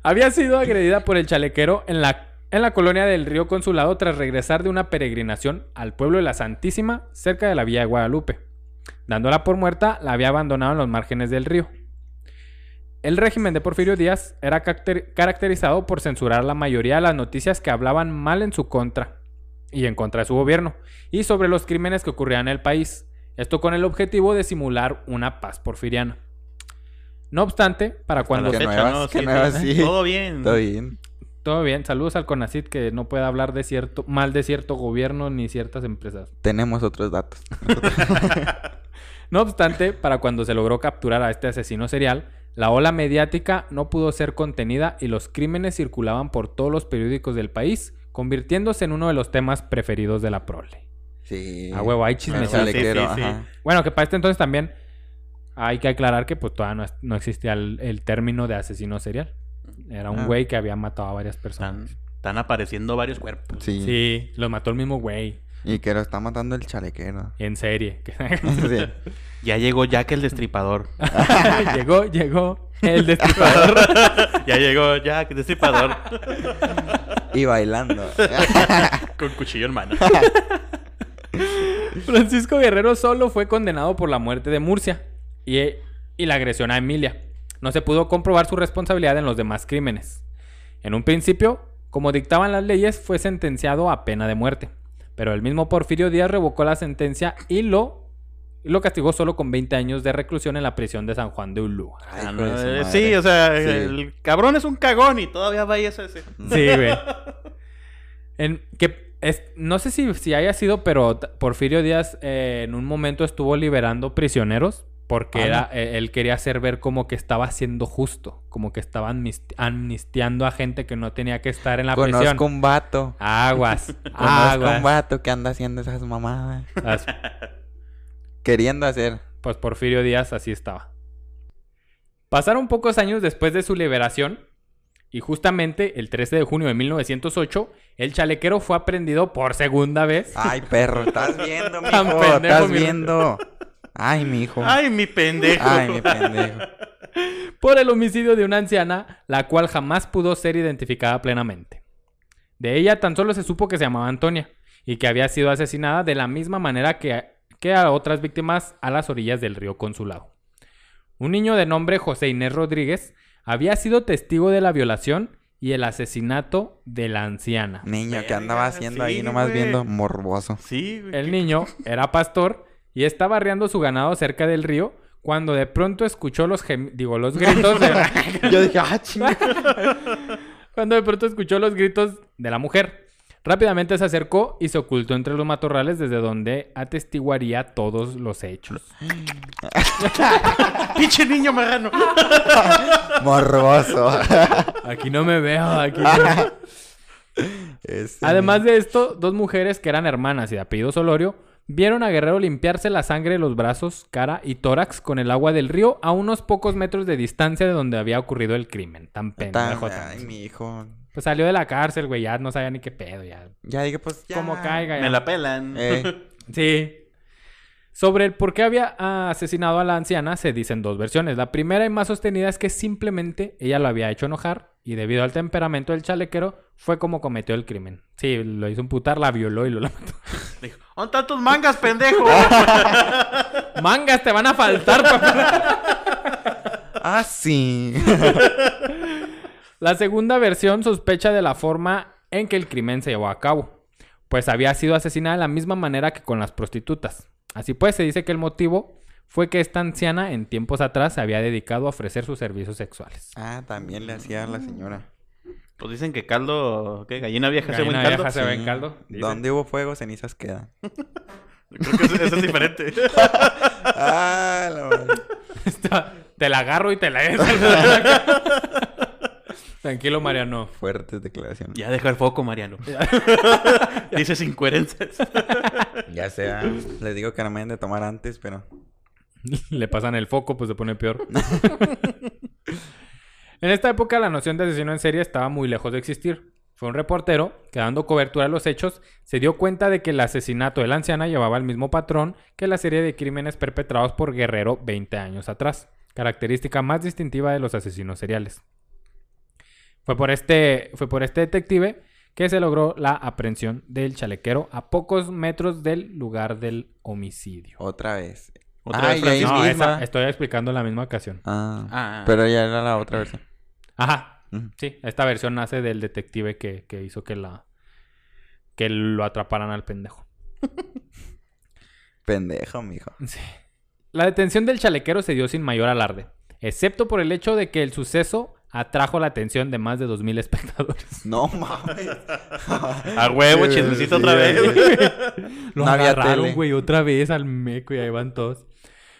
Había sido agredida por el chalequero en la, en la colonia del río Consulado tras regresar de una peregrinación al pueblo de la Santísima, cerca de la villa de Guadalupe. Dándola por muerta, la había abandonado en los márgenes del río. El régimen de Porfirio Díaz era caracter- caracterizado por censurar la mayoría de las noticias que hablaban mal en su contra y en contra de su gobierno, y sobre los crímenes que ocurrían en el país, esto con el objetivo de simular una paz porfiriana. No obstante, para cuando
Que
Fecha,
nuevas,
¿no?
que
Sí,
nuevas,
sí.
sí.
Todo bien.
Todo bien.
Todo bien, saludos al CONACID que no puede hablar de cierto, mal de cierto gobierno ni ciertas empresas.
Tenemos otros datos.
No obstante, para cuando se logró capturar a este asesino serial, la ola mediática no pudo ser contenida y los crímenes circulaban por todos los periódicos del país, convirtiéndose en uno de los temas preferidos de la prole.
Sí.
A huevo, hay
El
chismes.
Ah, sí,
chalequero,
sí, sí.
ajá.
Bueno, que para este entonces también hay que aclarar que pues todavía no, es- no existía el, el término de asesino serial. Era un
Ah.
güey que había matado a varias personas.
Están, están apareciendo varios cuerpos.
Sí.
Sí, los mató el mismo güey.
Y que lo está matando el <laughs> chalequero.
En serie. <laughs>
Sí.
Ya llegó Jack el destripador.
<laughs> llegó, llegó el destripador.
ya llegó Jack
<laughs>
el destripador.
Y <laughs> bailando.
Con cuchillo en mano.
Francisco Guerrero solo fue condenado por la muerte de Murcia y, y la agresión a Emilia. No se pudo comprobar su responsabilidad en los demás crímenes. En un principio, como dictaban las leyes, fue sentenciado a pena de muerte. Pero el mismo Porfirio Díaz revocó la sentencia y lo, y lo castigó solo con 20 años de reclusión en la prisión de San Juan de Ulúa.
Ay, hijo de su
Eh,
madre.
sí, o sea,
Sí.
el cabrón es un cagón y todavía va y eso ese.
Sí, güey. En- que es- no sé si, si haya sido, pero t- Porfirio Díaz eh, en un momento estuvo liberando prisioneros porque
Ah,
era, eh, él quería hacer ver como que estaba siendo justo, como que estaba amnist- amnistiando a gente que no tenía que estar en la prisión.
Conozco un vato.
Aguas,
<laughs> Conozco un
aguas.
vato que anda haciendo esas mamadas.
As-
Queriendo hacer.
Pues Porfirio Díaz así estaba. Pasaron pocos años después de su liberación y justamente el 13 de junio de 1908 el chalequero fue aprendido por segunda vez.
Ay, perro, estás viendo, mijo.
Tan pendejo,
estás
mi-
viendo. Ay, mijo. Ay,
Ay, mi pendejo.
mi pendejo.
por el homicidio de una anciana, la cual jamás pudo ser identificada plenamente. De ella tan solo se supo que se llamaba Antonia y que había sido asesinada de la misma manera que, que a otras víctimas a las orillas del río Consulado. Un niño de nombre José Inés Rodríguez había sido testigo de la violación y el asesinato de la anciana.
Niño que
Verga,
andaba haciendo ahí
sí,
nomás
güey.
viendo morboso.
Sí, güey.
El niño era pastor y estaba arriando su ganado cerca del río cuando de pronto escuchó los, gem- digo,
<laughs>
los gritos de...
Yo dije, ah, chinga.
<laughs> Cuando de pronto escuchó los gritos de la mujer. Rápidamente se acercó y se ocultó entre los matorrales desde donde atestiguaría todos los hechos.
Pinche
<laughs>
niño marrano.
Morboso. <laughs>
Aquí no me veo, <laughs> aquí no.
Ese
Además de esto, dos mujeres que eran hermanas y de apellido Solorio vieron a Guerrero limpiarse la sangre de los brazos, cara y tórax con el agua del río a unos pocos metros de distancia de donde había ocurrido el crimen. Tan
niño.
pendejo.
Tan-
tan-
Ay, mi hijo.
Pues salió de la cárcel, güey, ya no sabía ni qué pedo, ya.
Ya dije, pues ya.
Como caiga. ya.
Me la pelan.
Eh.
Sí. Sobre el por qué había ah, asesinado a la anciana se dicen dos versiones. La primera y más sostenida es que simplemente ella lo había hecho enojar y debido al temperamento del chalequero fue como cometió el crimen. Sí, lo hizo imputar, la violó y lo mató.
<laughs> Dijo, ¿dónde están tus mangas, pendejo?
Ah.
Mangas te van a faltar, <laughs> papá.
Ah,
<laughs>
sí.
La segunda versión sospecha de la forma en que el crimen se llevó a cabo, pues había sido asesinada de la misma manera que con las prostitutas. Así pues, se dice que el motivo fue que esta anciana en tiempos atrás se había dedicado a ofrecer sus servicios sexuales.
Ah, también le hacía a la señora.
Pues dicen que caldo, que gallina vieja se buen
Gallina
caldo.
vieja hace buen caldo, dice.
Donde hubo fuego, cenizas quedan.
Creo que eso, eso
<laughs>
es diferente.
ah, la madre.
<laughs> Está- te la agarro y te <laughs> la dejo. Tranquilo, Mariano.
Fuertes declaraciones.
ya deja el foco, Mariano. <laughs> Dices incoherencias.
Ya sea, les digo que no me han de tomar antes, pero.
Le pasan el foco, pues se pone peor. en esta época, la noción de asesino en serie estaba muy lejos de existir. Fue un reportero que, dando cobertura a los hechos, se dio cuenta de que el asesinato de la anciana llevaba el mismo patrón que la serie de crímenes perpetrados por Guerrero 20 años atrás, característica más distintiva de los asesinos seriales. Fue por este, fue por este detective que se logró la aprehensión del chalequero a pocos metros del lugar del homicidio.
Otra vez.
Otra
Ay,
vez Francisco.
No,
misma.
esa- estoy explicando la misma ocasión.
Ah,
Ah.
Pero ya era la otra versión.
Ajá,
Ujú.
sí. Esta versión nace del detective que, que hizo que la... Que lo atraparan al pendejo.
Pendejo, mijo.
Sí. La detención del chalequero se dio sin mayor alarde. Excepto por el hecho de que el suceso atrajo la atención de más de 2.000 espectadores. <laughs>
<laughs>
No mames.
A huevo,
Sí,
chismecito
sí,
otra vez.
Lo
No había
agarraron,
tele.
güey, otra vez al meco y ahí van todos.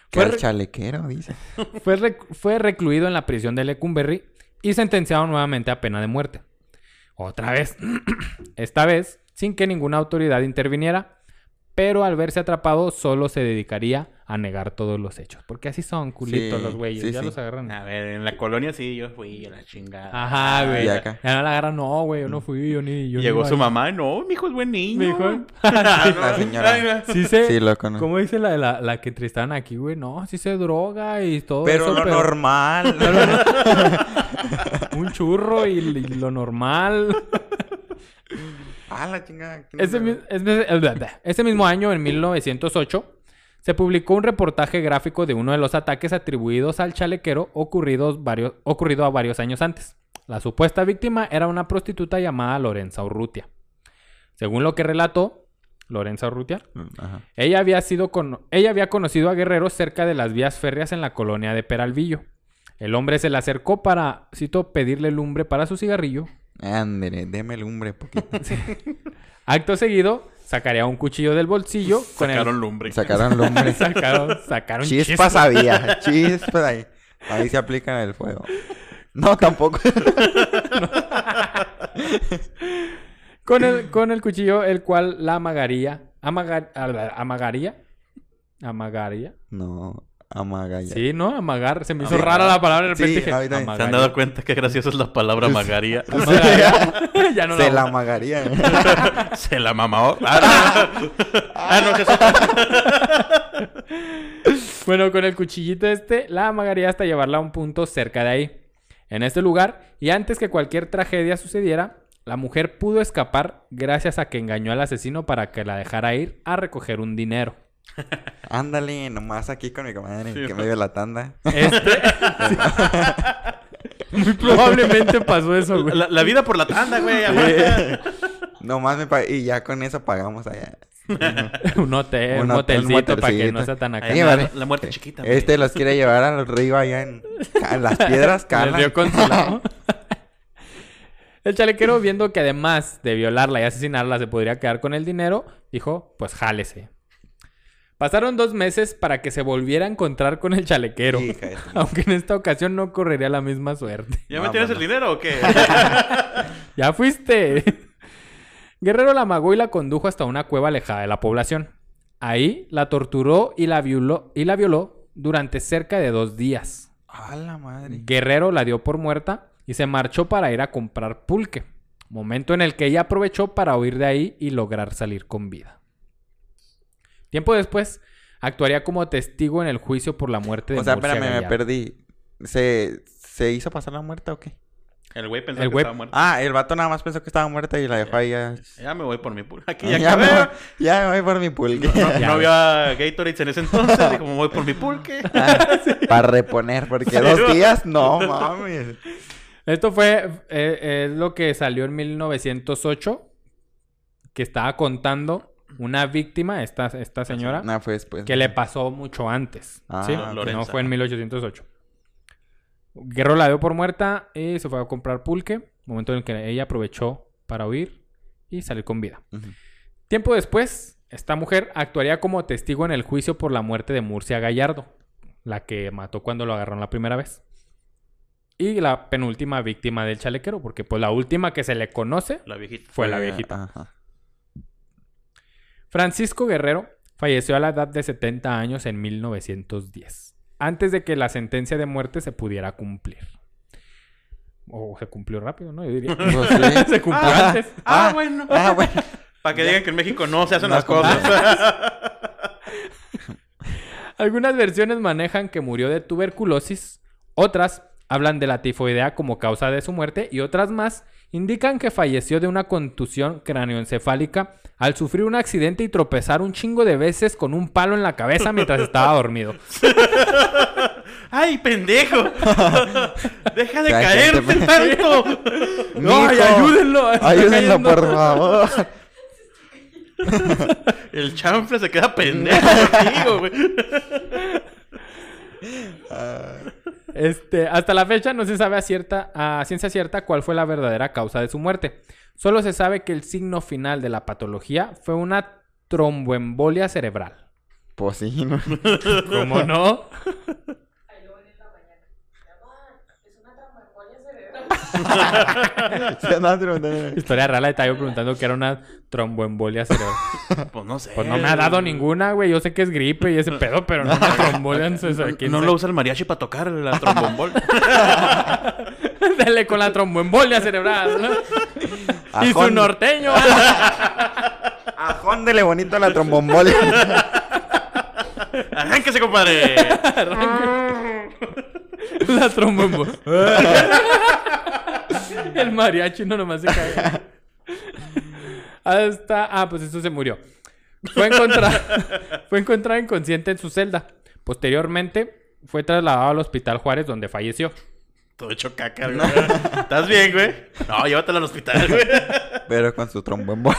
Que
Fue
el
re-
chalequero, dice.
Fue, rec- fue recluido en la prisión de Lecumberri y sentenciado nuevamente a pena de muerte. <clears throat> Otra vez. Esta vez, sin que ninguna autoridad interviniera, pero al verse atrapado solo se dedicaría a negar todos los hechos. Porque así son, culitos
Sí,
los güeyes.
sí,
ya
sí.
los agarran.
A ver, en la colonia sí, yo fui a la chingada.
Ajá, güey.
Y
Ya
Ah, acá.
no la agarran, no, güey. Yo no fui, yo ni. Yo
Llegó
ni
su
iba".
mamá, no, mi hijo es buen niño.
Me
Ah, <laughs>
dijo.
La señora.
<laughs> Sí, se.
Sí, lo conozco.
¿Cómo dice la, la, la que entrevistaban aquí, güey? No, sí se droga y todo
Pero
eso.
lo
<laughs>
normal.
Un churro y, y
<laughs>
lo normal.
ah, la chingada. ¿quién
Ese,
es?
mi- ese- ese mismo año, en 1908, se publicó un reportaje gráfico de uno de los ataques atribuidos al chalequero ocurridos varios, ocurrido a varios años antes. La supuesta víctima era una prostituta llamada Lorenza Urrutia. Según lo que relató Lorenza Urrutia,
Ajá.
Ella había, sido con- Ella había conocido a Guerrero cerca de las vías férreas en la colonia de Peralvillo. El hombre se le acercó para, cito, pedirle lumbre para su cigarrillo.
Ándale, deme lumbre
<laughs>
poquito.
Acto seguido, sacaría un cuchillo del bolsillo con el-
Sacaron lumbre.
Sacaron lumbre.
<laughs> sacaron, sacaron
Chispas había. Chispas ahí. Ahí se aplica el fuego. No, tampoco. <laughs>
Con el, con el cuchillo, el cual la amagaría. amaga- ala- amagaría. Amagaría.
No, amagaya. <laughs>
Sí, ¿no? Amagar. Se me hizo
Amagar.
rara la palabra de
Sí,
repente. dije,
a mí también.
¿Se han
amagaría.
dado cuenta qué graciosa es la
<laughs>
palabra magaría?
Amagaría. <laughs> ya no
se la
la...
amagaría.
Se la mamó. <laughs> Ah, no, Ah, no, que eso-
Bueno, con el cuchillito este, la amagaría hasta llevarla a un punto cerca de ahí. En este lugar, y antes que cualquier tragedia sucediera, la mujer pudo escapar gracias a que engañó al asesino para que la dejara ir a recoger un dinero.
Ándale, nomás aquí con mi comadre
Sí,
que
no.
me dio la tanda.
Este... <laughs>
<laughs>
Sí. Muy probablemente pasó eso, güey.
la, la vida por la tanda, güey.
nomás me pa- y ya con eso pagamos allá.
<laughs> un hotel, un,
Un hotel, un
hotelcito para que no
motelcito.
sea tan acá.
Ahí
Oye,
la,
vale.
la muerte chiquita. güey.
Este los quiere llevar al río allá en, en las piedras,
<laughs> En El
Carla.
río Consulado. <laughs> El chalequero, viendo que además de violarla y asesinarla se podría quedar con el dinero, dijo, pues jálese. Pasaron dos meses para que se volviera a encontrar con el chalequero,
Hija de tu-
<laughs> aunque en esta ocasión no correría la misma suerte. <laughs>
¿Ya
Ah,
me tienes el
bueno.
dinero
<laughs>
o qué?
¡Ya fuiste! <laughs> Guerrero la amagó y la condujo hasta una cueva alejada de la población. Ahí la torturó y la violó, y la violó durante cerca de dos días.
A la madre.
Guerrero la dio por muerta y se marchó para ir a comprar pulque, momento en el que ella aprovechó para huir de ahí y lograr salir con vida. Tiempo después, actuaría como testigo en el juicio por la muerte de
O sea,
Murcia
espérame, me
Gallardo.
perdí. ¿Se, ¿Se hizo pasar la muerte o qué?
El güey pensó
El
que
güey-
estaba muerto.
Ah, el vato nada más pensó que estaba muerta y la dejó ahí. Ya,
Ya me voy por mi pulque. Aquí
ya,
ya, acabé.
me voy, ya me voy por mi pulque.
No,
Ya.
no había Gatorade en ese entonces. Y como voy por
<laughs>
mi pulque.
Para reponer, porque dos días, no mames.
Esto fue eh, es lo que salió en 1908, que estaba contando una víctima, esta, esta señora,
No, fue después.
que le pasó mucho antes.
Ah,
¿sí?
Lo-
Que No
Lorenza.
fue en 1808. Guerrero la dio por muerta y se fue a comprar pulque, momento en el que ella aprovechó para huir y salir con vida.
Ujú.
Tiempo después, esta mujer actuaría como testigo en el juicio por la muerte de Murcia Gallardo, la que mató cuando lo agarraron la primera vez. Y la penúltima víctima del chalequero, porque pues la última que se le conoce
La viejita.
fue la viejita.
Ajá.
Francisco Guerrero falleció a la edad de 70 años en 1910, antes de que la sentencia de muerte se pudiera cumplir. O se cumplió rápido, ¿no? Yo diría.
Pues sí.
se cumplió
Ah,
antes.
Ah,
Ah,
bueno.
Ah, bueno.
Para que digan que en México no se hacen
No
las
como-
cosas.
Algunas versiones manejan que murió de tuberculosis, otras hablan de la tifoidea como causa de su muerte y otras más indican que falleció de una contusión cráneoencefálica al sufrir un accidente y tropezar un chingo de veces con un palo en la cabeza mientras estaba dormido.
<laughs> ¡Ay,
<laughs>
pendejo! ¡Deja de
Ya,
caerte
gente,
tanto!
Mijo,
¡Ay, ayúdenlo! Está
Ayúdenlo,
cayendo.
por favor.
El chanfle se queda
<laughs>
pendejo contigo, güey.
Este, hasta la fecha no se sabe a, cierta, a ciencia cierta cuál fue la verdadera causa de su muerte. Solo se sabe que el signo final de la patología fue una tromboembolia cerebral.
Pues sí, ¿no? <laughs>
¿Cómo no?
Ahí lo ven en la mañana. Ya va, es una traumacolia cerebral.
Se andaban
<laughs>
preguntando.
Historia real la de Tayo preguntando que era una tromboembolia cerebral.
Pues no sé.
Pues no me ha dado ninguna, güey. Yo sé que es gripe y ese pedo, pero no una trombolia.
<laughs>
No,
No
<laughs>
lo usa el mariachi para tocar la trombombol.
<laughs>
Dale con la tromboembolia cerebral. ¿no? Y su
Ajón.
norteño.
<laughs>
Ajóndele bonito a la
<laughs>
trombombola.
¡Arránquese, compadre!
<laughs> la tromboembolia. el mariachi no nomás se cae. Hasta. Ah, pues eso se murió. Fue encontrado, fue encontrado inconsciente en su celda. Posteriormente, fue trasladado al hospital Juárez, donde falleció.
Todo hecho caca, güey. ¿Estás bien, güey? No, llévatela al hospital, güey.
Pero con su trombombola.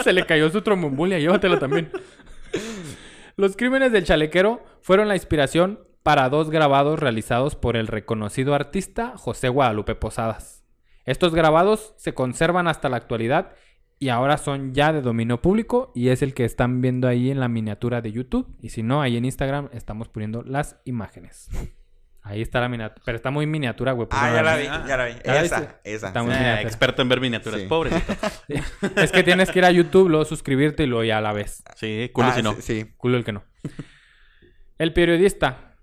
<laughs> Se le cayó su trombombulia, llévatela también. Los crímenes del chalequero fueron la inspiración para dos grabados realizados por el reconocido artista José Guadalupe Posadas. Estos grabados se conservan hasta la actualidad y ahora son ya de dominio público y es el que están viendo ahí en la miniatura de YouTube y si no, ahí en Instagram estamos poniendo las imágenes. Ahí está la miniatura, pero está muy miniatura, güey. por
Ah,
eso
ya
no
la
la
vi, ya la vi.
¿Ya la
Esa,
viste?
esa.
Está
Ah, sí.
muy-
Eh, experto en ver miniaturas,
Sí.
pobrecito.
Es que tienes que ir a YouTube, luego suscribirte y luego ya la ves.
Sí, culo
Ah,
si no.
Sí, sí.
Culo el que no. El periodista.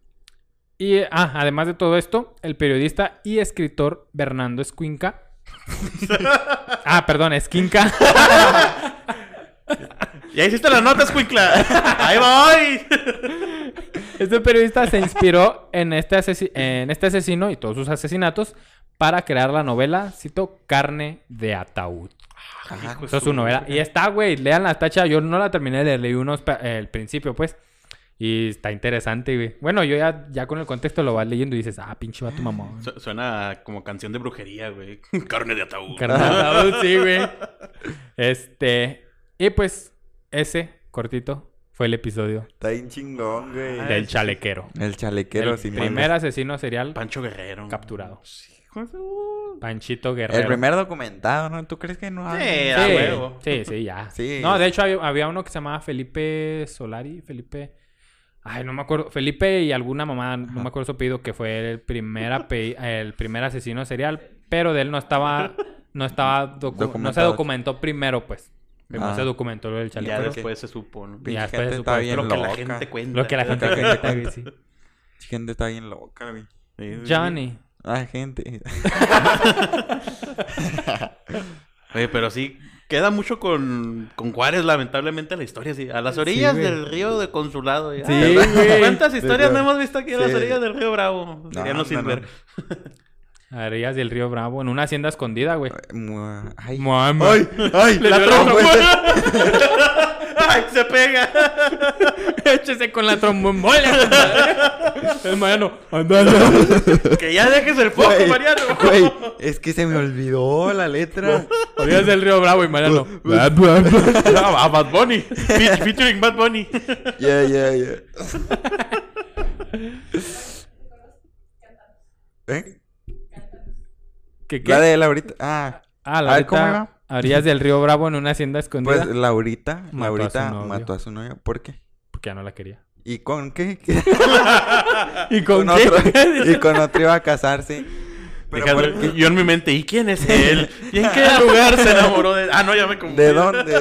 Y, eh, ah, además de todo esto, el periodista y escritor Bernardo Esquinca. ah, perdón, Esquinca. <laughs>
Ya hiciste las notas,
<laughs>
Cuicla. Ahí voy.
Este periodista se inspiró en este, asesi- en este asesino y todos sus asesinatos para crear la novela, cito, Carne de Ataúd.
Ajá.
Esa es su novela. Y está, güey, lean la tacha. Yo no la terminé de leer, leí unos pa- eh, el principio, pues. Y está interesante, güey. Bueno, yo ya, ya con el contexto lo vas leyendo y dices, ah, pinche va tu mamón.
Su- Suena como canción de brujería, güey. <laughs> Carne de ataúd.
Carnal <laughs> ataúd, sí, güey. Este. Y pues, ese cortito fue el episodio
Está bien chingón, güey.
Ah,
del chalequero.
El chalequero
el
sin
primer asesino serial
Pancho Guerrero.
capturado.
Sí, hijo de su-
Panchito Guerrero.
El primer documentado, ¿no? ¿Tú crees que no?
Sí,
Sí,
a huevo.
sí, sí, ya.
Sí.
No, de hecho había, había uno que se llamaba Felipe Solari, Felipe. Ay, no me acuerdo. Felipe y alguna mamá, no me acuerdo su apellido, que fue el primer ape- el primer asesino serial, pero de él no estaba, no estaba docu- no se
Documentado.
documentó primero, pues. Primero
Ah.
se documentó lo del
Y
chaleco.
ya
Ok.
después se supo, ¿no?
Pinche
Ya, después
gente
de su
está
parte,
bien
Lo que
loca.
la gente cuenta.
Lo que la
Lo que
gente
la gente
cuenta, güey, sí.
Gente está bien loca, güey.
Sí, sí, sí.
Johnny.
Ah, gente.
Oye, pero sí, queda mucho con, con Juárez, lamentablemente, la historia. Sí. A las orillas
güey.
del río de Consulado. ya.
Sí, güey.
<laughs> ¿Cuántas historias
Sí,
no
güey.
hemos visto aquí a las
Sí.
orillas del río Bravo?
No,
Dirían los
no, no.
Silver.
Arillas del Río Bravo, en una hacienda escondida, güey.
Mua- Ay.
Mamá.
Ay, ay,
Le
la
dio la
trompeta.
<laughs> ¡Ay, se pega!
<laughs>
<laughs>
Échese con la trombombola. compadre.
<laughs>
El Mariano, andando.
¡Que ya dejes el foco,
Güey,
Mariano!
Güey, es que se me olvidó la letra.
Orillas del Río Bravo
<laughs>
y Mariano.
No, <laughs> a Bad Bunny. Fe- Featuring Bad Bunny.
Yeah, yeah, yeah. ¿Eh?
¿Qué, qué?
La de Laurita. Ah,
Ah, la
A ver,
ahorita,
¿cómo iba?
Arillas del Río Bravo en una hacienda escondida.
pues Laurita.
a
Laurita
su novio.
mató a su novio. ¿Por qué?
Porque ya no la quería.
¿Y con qué? <laughs> ¿Qué?
¿Y con,
Ah, Con
qué?
otro, <laughs>
<laughs>
y con otro iba a casarse. Pero
Deja-
¿por qué?
Yo en mi mente, ¿y quién es él? ¿Y en qué lugar se enamoró de Ah, no, ya me confundí.
¿De
<laughs>
dónde?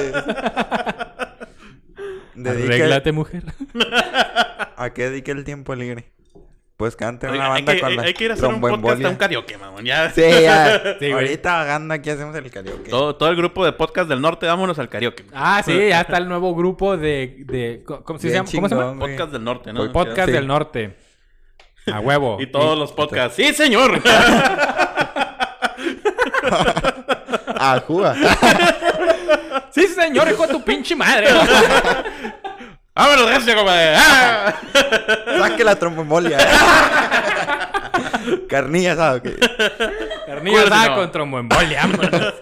Dedica-
Arréglate, mujer.
¿A qué dedica el tiempo libre? Pues canta en
Oiga,
una
hay,
banda
que,
con la
hay que ir a hacer un podcast a
trombombolia.
un karaoke, mamón. Ya.
Sí, ya.
<laughs> Sí, güey.
Ahorita vagando aquí hacemos el karaoke.
Todo, todo el grupo de podcast del norte, vámonos al karaoke.
Ah, sí, ya está el nuevo grupo de... de ¿cómo, cómo se
Bien
llama? ¿Cómo se llama?
chingón, güey.
Podcast del norte, ¿no?
Podcast
Sí.
del Norte. A huevo.
Y todos los podcasts. ¡Sí, señor! <laughs>
Ah, Cuba.
Sí, señor, hijo de tu pinche <laughs> madre.
¡Vámonos, gracias, compadre! ¡Ah!
Saque la trombomolia.
<laughs>
Carnilla, ¿sabes qué?
Carnilla
Cuídate,
asada
no.
con tromboembolia. vámonos.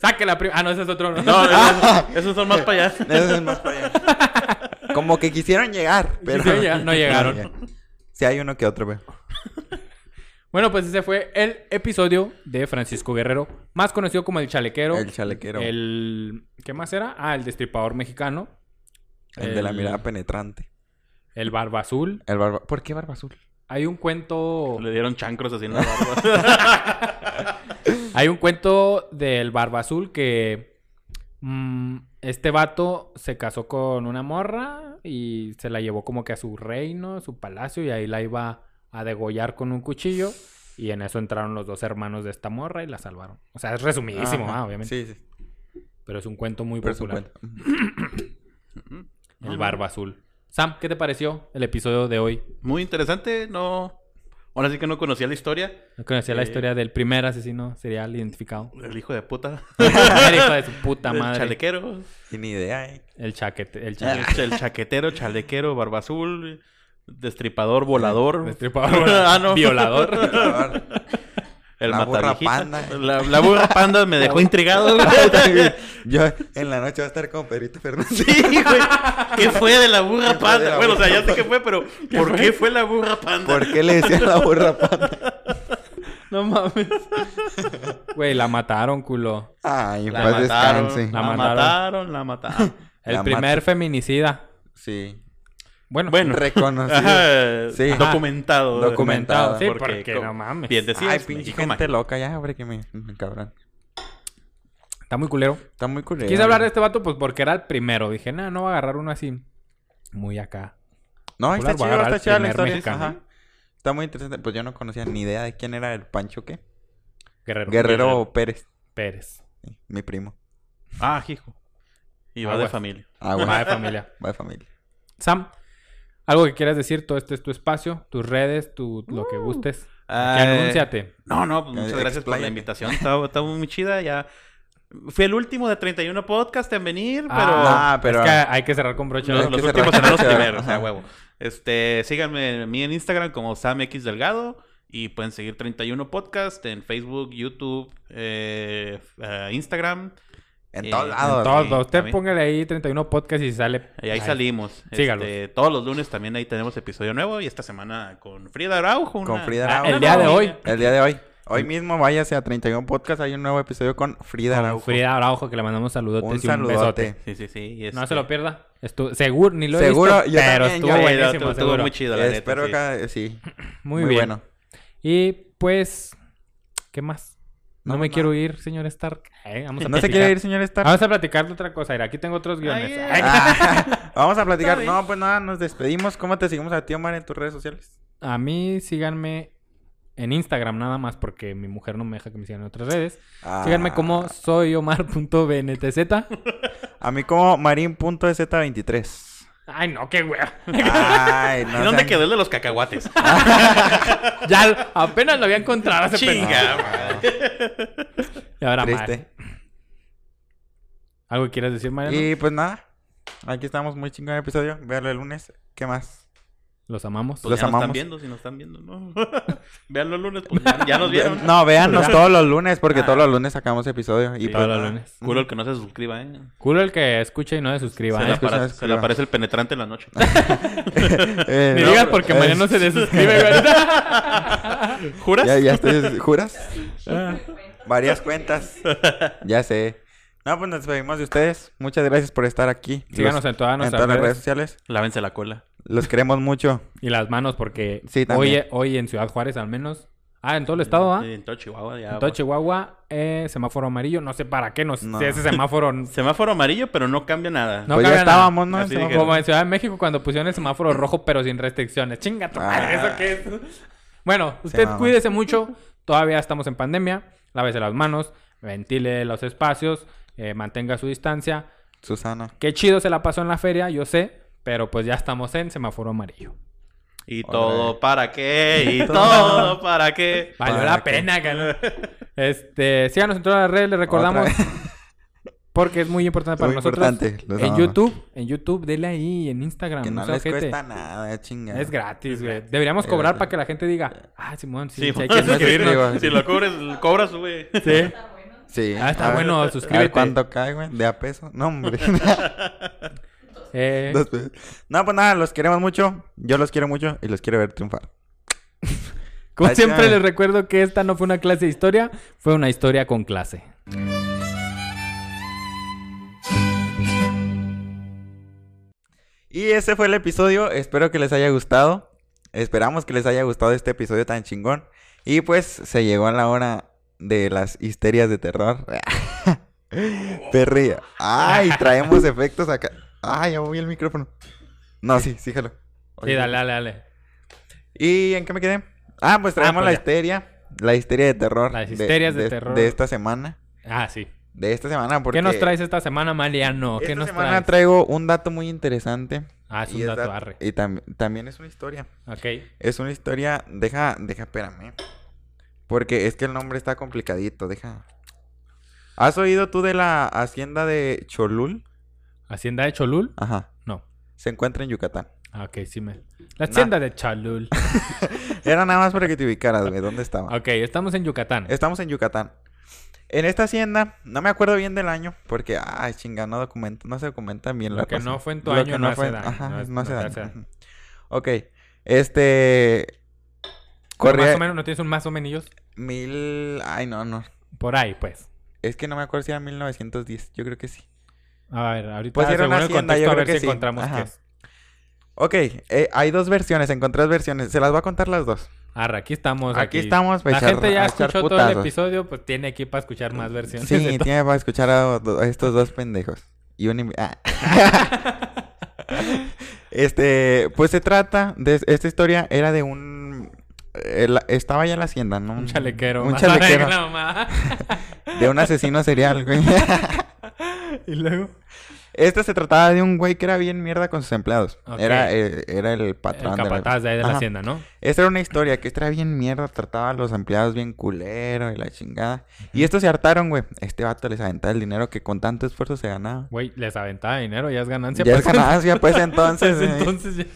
Saque la prima. Ah, no, ese es otro. ¿no?
No, no,
<laughs>
no, esos son más para allá.
Eso es más para allá. Como que quisieron llegar, pero...
Quisieron llegar, no
<laughs>
llegaron.
Sí, hay uno que otro, pero...
Bueno, pues ese fue el episodio de Francisco Guerrero, más conocido como el chalequero.
El chalequero. El,
El... ¿Qué más era? Ah, el destripador mexicano.
de la
el-
mirada penetrante.
El barba azul.
El barba... ¿Por qué barba azul?
Hay un cuento.
<laughs> Le dieron chancros así en la barba.
Hay un cuento del Barba Azul que. mm, este vato se casó con una morra y se la llevó como que a su reino, a su palacio, y ahí la iba a degollar con un cuchillo. Y en eso entraron los dos hermanos de esta morra y la salvaron. O sea, es resumidísimo,
Ajá.
ah, obviamente.
Sí, sí.
Pero es un cuento muy
Pero es un
popular.
cuento.
El Barba Azul. Sam, ¿qué te pareció el episodio de hoy?
<laughs> Muy interesante, no. Ahora sí que no conocía la historia.
No conocía la
Eh.
historia del primer asesino serial
<laughs>
identificado.
El hijo de puta.
El primer hijo de su puta
el
madre.
chalequero.
Y ni idea, ¿eh?
El chaquete. El chaquete.
Ah.
El, el chaquetero, chalequero, barba azul, destripador,
<laughs>
volador.
Destripador,
<laughs> Ah, no.
Violador.
<laughs> El
La burra
mataviejitas.
panda.
La, la burra panda me
<laughs>
dejó
<laughs>
intrigado. güey.
<laughs>
<laughs>
Yo en la noche voy a estar con Pedrito Fernández.
Sí, güey. ¿Qué fue de la burra
¿Qué fue de
panda?
la
bueno, o sea,
burra
ya sé qué fue, pero ¿por qué fue la burra panda?
¿Por qué le decían la burra panda?
No mames. Güey, la mataron, culo.
Ay, en
La
paz
mataron,
descanse. Ah,
La
la
mataron.
mataron,
<laughs>
la mataron.
El
La
primer feminicida.
Sí.
Bueno,
Bueno,
Reconocido.
<laughs>
Ajá,
Sí. Documentado.
documentado.
documentado. Sí,
documentada,
porque,
porque co-
no mames.
Bien decías,
Ay, pinche
México
gente
mágico.
loca ya, hombre, que me, me cabrón.
Está muy culero.
Está muy curioso.
Quise hablar de este vato, pues porque era el primero. Dije, nah, no voy a agarrar uno así. Muy acá.
No,
Popular,
está
voy a
chido,
agarrar
está
el
chida la
primer
historia.
mexicano.
Ajá. Está muy interesante. Pues yo no conocía ni idea de quién era el Pancho, ¿qué?
Guerrero.
Guerrero Pérez,
Pérez.
sí, mi primo.
Ah, hijo. Y va
Ah,
de
güey.
familia.
Ah, bueno,
Mamá de familia.
va <laughs> de familia.
Sam, algo que quieras decir, todo este es tu espacio, tus redes, tu, lo que gustes.
Ah,
Que anúnciate.
No, no, pues, muchas
Eh,
gracias por la
expláyate.
invitación. Estaba, estaba muy chida. Ya fui el último de 31 podcast en venir, pero.
Ah,
Ah, pero-
Es que hay que cerrar con broche de
Los,
oro.
hay
los
que cerrar.
últimos serán los primeros, o sea,
<laughs> Ajá.
huevo. Este, síganme a mí en Instagram como SamX Delgado y pueden seguir 31 Podcast en Facebook, YouTube, eh, eh, Instagram.
En
Eh,
todos
en
lados.
Todos,
sí,
dos. usted
también.
póngale ahí 31 podcast y sale.
Y ahí salimos.
Sígalos.
Este, todos los lunes también ahí tenemos episodio nuevo y esta semana con Frida Araujo. una-
Con Frida
Ah,
Araujo.
el día de hoy.
El día de hoy. Hoy mismo váyase a 31 Podcast. Hay un nuevo episodio con Frida
Con
Araujo.
Frida Araujo, que le mandamos saludotes
Un
y un besote.
saludote.
Sí, sí, sí. y
No
este-
se lo pierda. Estu- seguro, ni lo he
Seguro,
visto,
yo
pero
también,
estuvo
yo-
Pero
buenísimo,
estuvo- estuvo
seguro.
muy chido, la neta,
Espero
sí.
que sí.
Muy, bien.
bueno.
Y pues, ¿qué más? No,
No,
me
no.
quiero ir, señor Stark. Eh, vamos a
No se
platicar. Ah,
quiere ir, señor Stark. <laughs>
Vamos a platicar de otra cosa. Mira, aquí tengo otros guiones.
Ay,
Ay,
Ah, vamos a platicar.
Está bien.
No, pues nada, nos despedimos. ¿Cómo te seguimos a ti, Omar, en tus redes sociales?
A mí síganme en Instagram nada más porque mi mujer no me deja que me sigan en otras redes. Síganme
Ah, <laughs>
como soyomar.bntz.
A mí como marin.dz23.
Ay, no, qué wea.
Ay,
¿Y
no.
dónde
sean-
quedó el de los cacahuates?
<laughs> Ya apenas lo había <laughs> encontrado ese pendejo.
Chinga, madre. Pues
Y ahora más.
Triste.
¿Algo que quieras decir, Mariano?
Y pues nada. Aquí estamos, muy chingón episodio. Verlo el lunes. ¿Qué más?
Los amamos.
Pues
Los
ya nos están
amamos.
viendo, si nos están viendo, ¿no? <laughs> Vean los lunes, pues ya,
<laughs>
ya nos vieron.
No, véanos
Ya.
todos los lunes, porque
Ah.
todos los lunes sacamos episodio. Y
Sí.
Todos
pues,
los
nada.
lunes.
<laughs>
Culo el que no se suscriba, ¿eh?
Culo el que escuche y no se suscriba.
Se
¿eh?
le,
escucha,
apare-
se
se le
escucha.
aparece el penetrante en
<laughs>
la noche.
Eh,
Ni
no,
digas
pero-
porque
eh,
Mariano
<laughs>
se desuscribe, ¿verdad?
¿Juras?
Ya, ya estoy- ¿Juras? Varias
<laughs>
cuentas. Ya sé. No, pues nos despedimos de ustedes. Muchas gracias por estar aquí.
Síganos
Los-
en todas
en
nuestras
todas las redes
redes.
sociales.
Lávense la cola.
Los queremos mucho.
Y las manos porque
Sí,
hoy,
también.
hoy en Ciudad Juárez al menos. Ah, en todo el estado, ¿ah?
Sí, En todo Chihuahua, ya.
En todo Chihuahua, eh, semáforo amarillo. No sé para qué, no sé
No.
si ese semáforo... no
Semáforo amarillo, pero no cambia nada.
No
pues ya
cambia nada.
estábamos, ¿no?
Así
Estábamos-
dijeron.
Como en Ciudad de México cuando pusieron el semáforo rojo pero sin restricciones. Chinga tu madre,
Ah.
¿eso qué es? Bueno, usted
mamó.
cuídese mucho. Todavía estamos en pandemia. Lávese las manos, ventile los espacios, eh, mantenga su distancia.
Susana.
Qué chido se la pasó en la feria, yo sé. Pero pues ya estamos en semáforo amarillo.
Y
Órale.
todo para qué,
<laughs>
y todo para qué.
Valió
¿Para
la
qué? <laughs>
pena, cabrón. Este, síganos en todas las redes, les recordamos.
Otra
Porque es muy importante para
Muy
nosotros.
importante, los
en
amamos.
YouTube, en YouTube, dele ahí, en Instagram.
Que no
sea
les
ojete.
cuesta nada, chinga.
Es gratis, güey. Deberíamos
Es
cobrar
gratis.
para que la gente diga, ah, Simón, sí,
Sí,
sí, hay
<laughs> sí,
que
<laughs>
suscribirnos.
suscribo.
Si lo cobres, cobras, güey.
Sí.
Sí.
Ah,
A
está
ver-
bueno,
A ver
suscríbete.
cuánto cae, güey. De a peso. No,
<laughs>
hombre.
Eh,
<laughs> Dos pesos. no, pues nada, los queremos mucho. Yo los quiero mucho y los quiero ver triunfar.
como
Ahí
siempre
está.
les recuerdo que esta no fue una clase de historia, fue una historia con clase.
Y ese fue el episodio. Espero que les haya gustado. Esperamos que les haya gustado este episodio tan chingón. Y pues se llegó a la hora de las histerias de terror. <laughs> Perría. Ay, traemos efectos acá. Ay, ya moví el micrófono. No, sí, sí, jalo.
Sí, dale, dale, dale.
¿Y en qué me quedé? Ah, pues traemos
pues
la
ya.
histeria. La histeria de terror.
Las histerias de terror.
De esta semana.
Ah, sí.
De esta semana, porque...
¿Qué nos traes esta semana, Maliano? ¿Qué
esta
nos
semana
traes?
traigo un dato muy interesante.
Ah, es
Y
un
es
dato
dat-
arre.
Y tam- también es una historia.
Ok.
Es una historia... Deja, deja, espérame. Porque es que el nombre está complicadito, deja. ¿Has oído tú de la hacienda de Cholul?
¿Hacienda de Cholul?
Ajá.
No.
Se encuentra en Yucatán.
Ah, ok, sí me...
Nah.
La hacienda de Cholul.
Era nada más para que te ubicaras, güey. ¿Dónde estaba?
ok, estamos en Yucatán.
Estamos en Yucatán. En esta hacienda, no me acuerdo bien del año, porque, ay, chinga, no, documento, no se documentan bien
Lo
las
que
cosas.
no fue en tu
Lo
año
que
no hace
fue-
daño,
Ajá,
no
no,
es-
hace
no te
daño.
hace daño.
ujú. Ok, este...
Pero Más
Corría
o menos, ¿no tienes un más o menos?
mil... Ay, no, no.
Por ahí, pues.
Es que no me acuerdo si era 1910, yo creo que sí.
A ver, ahorita
Pues era
según
una
el
hacienda,
contexto,
yo
a
creo
ver
que
si
sí.
encontramos
Ajá.
qué es.
Ok, eh, hay dos versiones, encontré dos versiones. Se las voy a contar las dos.
Arre, aquí estamos.
Aquí estamos pa'
La
echar-
gente ya
Pues, a echar
escuchó todo el
putazos.
episodio, pues tiene aquí para escuchar más versiones.
Sí,
de todo.
tiene para escuchar a, do- a estos dos pendejos. Y un invi- ah.
<laughs>
Este, pues se trata de esta historia era de un el- estaba ya en la hacienda, ¿no?
un chalequero. <laughs>
Un
más arre,
chalequero
la mamada.
de un asesino serial,
<laughs>
güey.
y luego
Este se trataba de un güey que era bien mierda con sus empleados.
Ok.
Era, eh, era el
el
patrón de la-
capataz de ahí de la
Ajá.
hacienda, ¿no?
Esta era una historia que este era bien mierda, trataba a los empleados bien culero y la chingada. Y estos se hartaron, güey. Este vato les aventaba el dinero que con tanto esfuerzo se ganaba.
Güey, les aventaba dinero, ya es ganancia.
Ya es
pues.
ganancia,
<laughs>
pues entonces.
Pues,
eh.
entonces ya.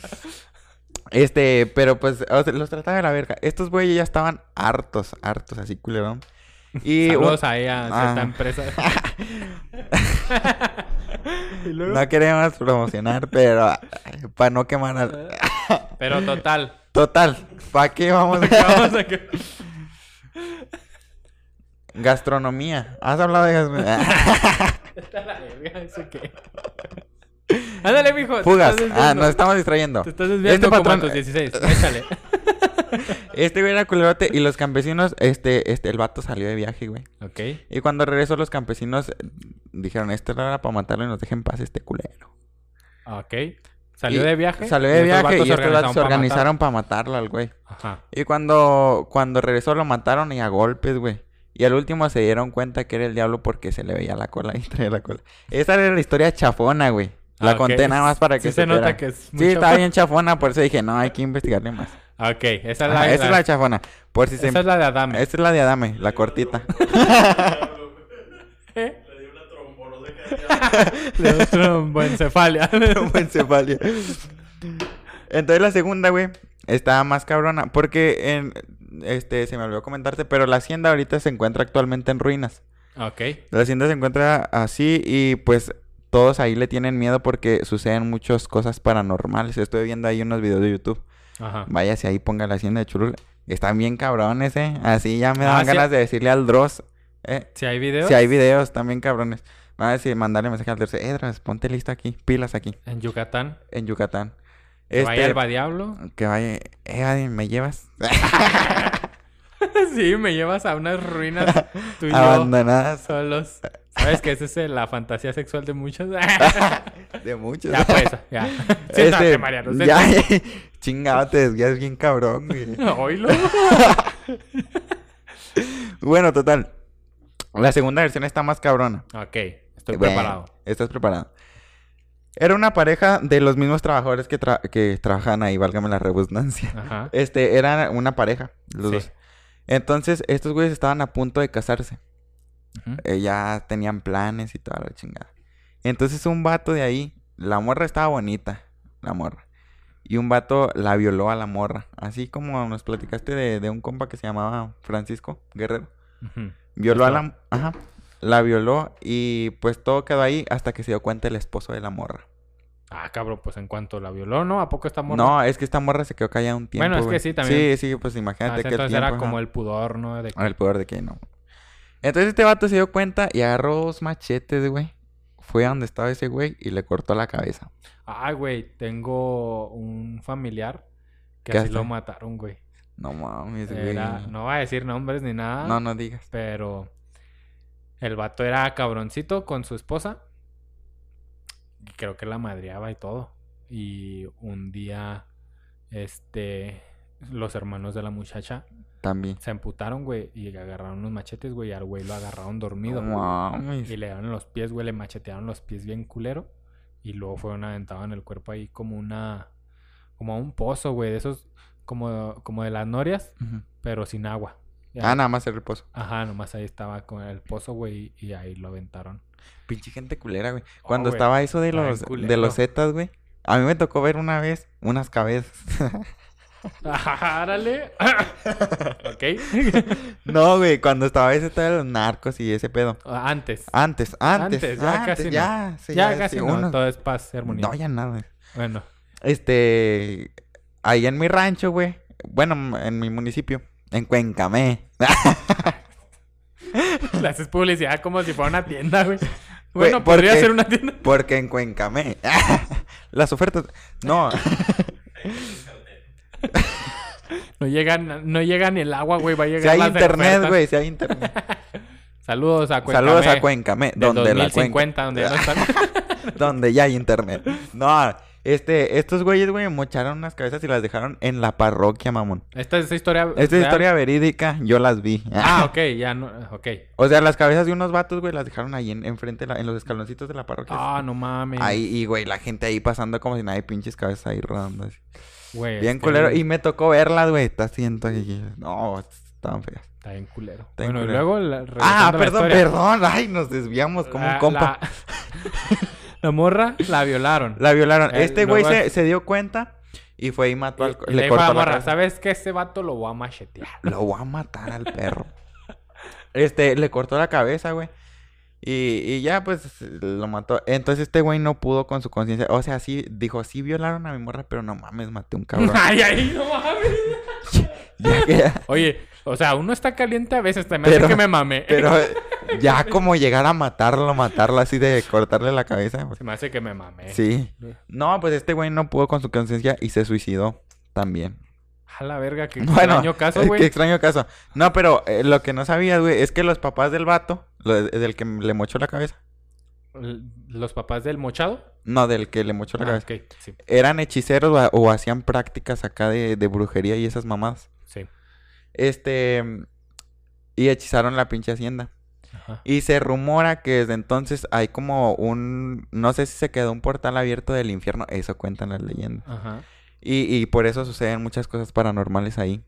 Este, pero pues o sea, los trataba de la verga. Estos güeyes ya estaban hartos, hartos, así culerón. Y un-
<laughs> Saludos ahí a
Ah.
cierta
<laughs>
empresa. Y luego-
no queremos promocionar, pero para no quemar al...
Pero
<laughs>
total. <laughs>
Total, ¿para qué vamos a...
vamos a que-
Gastronomía. ¿Has hablado de
<laughs>
gastronomía? Ah,
Está la verga, ¿eso qué? Ándale, mijo. te
Fugas.
estás
Ah,
desviando.
nos estamos distrayendo.
Te estás desviando
Este
como
patrón-
a tus 16.
<laughs>
Échale.
Este güey era culerote y los campesinos, este, este, el vato salió de viaje, güey.
ok.
Y cuando regresó los campesinos eh, dijeron, este era para matarlo y nos dejen en paz este culero.
Ah, Ok. ¿Salió
Y-
de viaje?
Salió de
Y estos
viaje
vatos
y estos vatos se
pa' matar.
organizaron para matarlo al güey.
Ajá.
Y cuando, cuando regresó lo mataron y a golpes, güey. Y al último se dieron cuenta que era el diablo porque se le veía la cola <laughs> y traía la cola. Esa era la historia chafona, güey. La
Ah, ok.
conté nada más para
Sí
que
se nota
supiera.
que es muy
Sí, estaba
chafona.
bien chafona, por eso dije, no, hay que investigarle más.
Ah, Ok. Esa es la,
Ajá, esa es
la-
la chafona. Por si se...
esa es la de Adame.
Esta es la de Adame, la
<laughs>
cortita.
¿Eh?
<laughs> Le dio una trombo, no sé qué.
Le <laughs> dio
<laughs>
tromboencefalia.
Tromboencefalia. Entonces la segunda, güey, está más cabrona. Porque en, este, se me olvidó comentarte, pero la hacienda ahorita se encuentra actualmente en ruinas.
ok.
La hacienda se encuentra así y pues todos ahí le tienen miedo porque suceden muchas cosas paranormales. Estoy viendo ahí unos videos de YouTube.
Ajá.
Váyase ahí, ponga la hacienda de Churul. Están bien cabrones, eh. Así ya me
Ah,
dan
sí.
ganas de decirle al Dross. Eh,
¿Si hay videos?
si hay videos, también cabrones. Me van a decir, mandarle mensaje al Dross. Eh, Dross, ponte listo aquí, pilas aquí,
En Yucatán.
en Yucatán.
¿Que ¿Vaya
Este,
Alba Diablo?
que vaya. Eh, Adi, ¿me llevas?
<laughs> sí, me llevas a unas ruinas
<laughs>
tú y yo <laughs>
Abandonadas
solos. ¿Sabes que esa es eh, la fantasía sexual de muchos? <laughs>
<laughs> de muchos.
ya, pues, ya. <laughs> Siéntate,
Este,
Mariano.
ya,
siéntate.
<laughs> chingado, te desvías bien cabrón, güey.
<laughs> Oílo.
Bueno, total. La segunda versión está más cabrona.
Ok, estoy
Bueno,
preparado.
Estás preparado. Era una pareja de los mismos trabajadores que, tra- que trabajan ahí, válgame la redundancia.
Ajá.
Este, eran una pareja, los
Sí.
dos. Entonces, estos güeyes estaban a punto de casarse.
Ujú.
Eh, ya tenían planes y toda la chingada. Entonces, un vato de ahí, la morra estaba bonita, la morra. Y un vato la violó a la morra. Así como nos platicaste de, de un compa que se llamaba Francisco Guerrero.
Ujú.
Violó a
Estaba-
la... Ajá. La violó y pues todo quedó ahí hasta que se dio cuenta el esposo de la morra.
Ah, cabrón, pues en cuanto la violó, ¿no? ¿A poco esta morra? Ah,
No, es que esta morra se quedó callada un tiempo.
Bueno, es que
güey.
sí, también.
Sí, sí, pues
Ah,
imagínate
sí,
que
entonces
el tiempo,
era como
ajá.
el pudor, ¿no? De que-
El poder de que no. Entonces este vato se dio cuenta y agarró dos machetes, güey. Fue a donde estaba ese güey y le cortó la cabeza.
Ay, güey, tengo un familiar Que
¿Qué
así
hace?
lo mataron, güey.
No mames, güey.
Era- no va a decir nombres ni nada.
No, no digas.
Pero el vato era cabroncito con su esposa. Y creo que la madreaba y todo. Y un día, este, los hermanos de la muchacha
También.
se emputaron, güey, y agarraron unos machetes, güey, y al güey lo agarraron dormido.
No mames.
Y le dieron los pies, güey, le machetearon los pies bien culero. Y luego fueron aventados en el cuerpo ahí como una, como un pozo, güey, de esos, como, como de las norias,
Ujú.
pero sin agua.
Ah, nada más el reposo.
Ajá, nomás ahí estaba con el pozo, güey, y ahí
<laughs>
lo aventaron.
Pinche gente culera, güey. Cuando
Oh, güey.
estaba eso de
Está bien
los, de
culero.
los Zetas, güey. A mí me tocó ver una vez unas cabezas. <laughs>
¡Árale! ok.
no, güey, cuando estaba ese estaba de los narcos y ese pedo.
<laughs> Antes.
Antes, antes,
Antes, ya
ya
casi no.
ya, Ah, sí,
ya,
sí,
casi no,
unos-
todo es paz y armonía.
No, ya nada.
Bueno,
Este, ahí en mi rancho, güey. Bueno, m- en mi municipio, en Cuencamé. <laughs>
le haces publicidad como si fuera una tienda, güey.
Güey,
Bueno, podría
porque-
ser una tienda.
Porque en Cuencamé. <laughs> Las ofertas.
<laughs>
No,
No llega, no llega ni el agua, güey, va a llegar
si hay
las
internet,
ofertas.
güey, si hay
<laughs>
internet.
Saludos a Cuéntame.
Saludos a Cuencamé,
Del
donde la cuenca.
2050, donde ya no están.
<laughs> donde ya hay internet. No, este, estos güeyes, güey, mocharon unas cabezas y las dejaron en la parroquia, mamón.
Esta es historia.
Esta es
real.
historia verídica, yo las vi.
Ah, ok, ya no. Ok.
<laughs> O sea, las cabezas de unos vatos, güey, las dejaron ahí en, enfrente, de la- en los escaloncitos de la parroquia.
Ah, no mames.
Ahí, y güey, la gente ahí pasando como si nadie pinches cabezas ahí rodando así.
Güey,
Bien
este,
culero. Y me tocó verlas, güey. Está siento que. No, estaban feas.
Está bien culero.
Está bien
bueno,
culero.
y luego. la-
Ah,
regresando a la
perdón,
historia.
perdón. Ay, nos desviamos como un
La-
compa.
La, la <laughs> morra la violaron.
La, violaron.
Eh,
este güey
luego-
se, se dio cuenta y fue y mató al.
Y- y le dijo a la morra,
cabeza.
¿sabes qué? Ese vato lo va a machetear.
Lo voy a matar al perro. Este, le cortó la cabeza, güey. Y, y ya, pues, lo mató. Entonces este güey no pudo con su conciencia. O sea, sí, dijo, sí violaron a mi morra, pero no mames, maté a un cabrón.
<laughs> ay, ay, no mames.
Ya que-
Oye, o sea, uno está caliente a veces, también hace
Pero-
que me mame.
<laughs> pero ya como llegar a matarlo, matarlo así de cortarle la cabeza. pues,
Se me hace que me mame.
sí. No, pues este güey no pudo con su conciencia y se suicidó también.
A la verga, qué
Bueno,
extraño caso,
eh,
güey.
Qué extraño caso. No, pero eh, lo que no sabías, güey, es que los papás del vato, lo- del que le mochó la cabeza.
L- Los papás del mochado.
No, del que le mochó la
Ah,
cabeza.
ok, sí,
Eran hechiceros o, o hacían prácticas acá de, de brujería y esas mamadas.
sí.
Este. Y hechizaron la pinche hacienda.
Ajá.
Y se rumora que desde entonces hay como un. No sé si se quedó un portal abierto del infierno. Eso cuentan las leyendas.
Ajá.
Y, y por eso suceden muchas cosas paranormales ahí.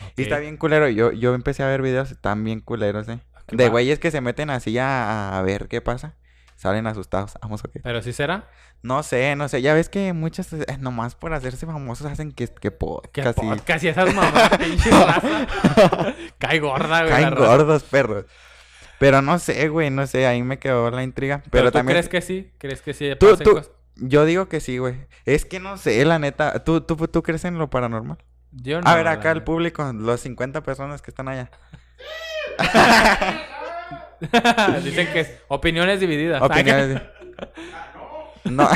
ok.
Y está bien culero. Yo, yo empecé a ver videos y están bien culeros, ¿eh?
Ah, Qué
De
pa-
güeyes que se meten así a, a ver qué pasa. Salen asustados. <laughs> Vamos a ver.
Pero sí será.
No sé, no sé. Ya ves que muchas, eh, nomás por hacerse famosos, hacen que, que
Que
podcast y
podcast y
<laughs>
esas mamás, pinche raza. Cae gorda, güey. la <laughs>
caen
raza.
gordos perros. Pero no sé, güey, no sé. Ahí me quedó la intriga. Pero,
Pero, tú
también.
crees que sí, crees que sí.
Tú-
pasen
tú-
cosas?
Yo digo que sí, güey. Es que no sé, la neta. ¿Tú, tú, tú crees en lo paranormal?
Yo
a
no,
ver,
la
acá el
neta.
público, los 50 personas que están
<laughs>
allá.
<laughs> Dicen que es opiniones divididas.
Opiniones. no.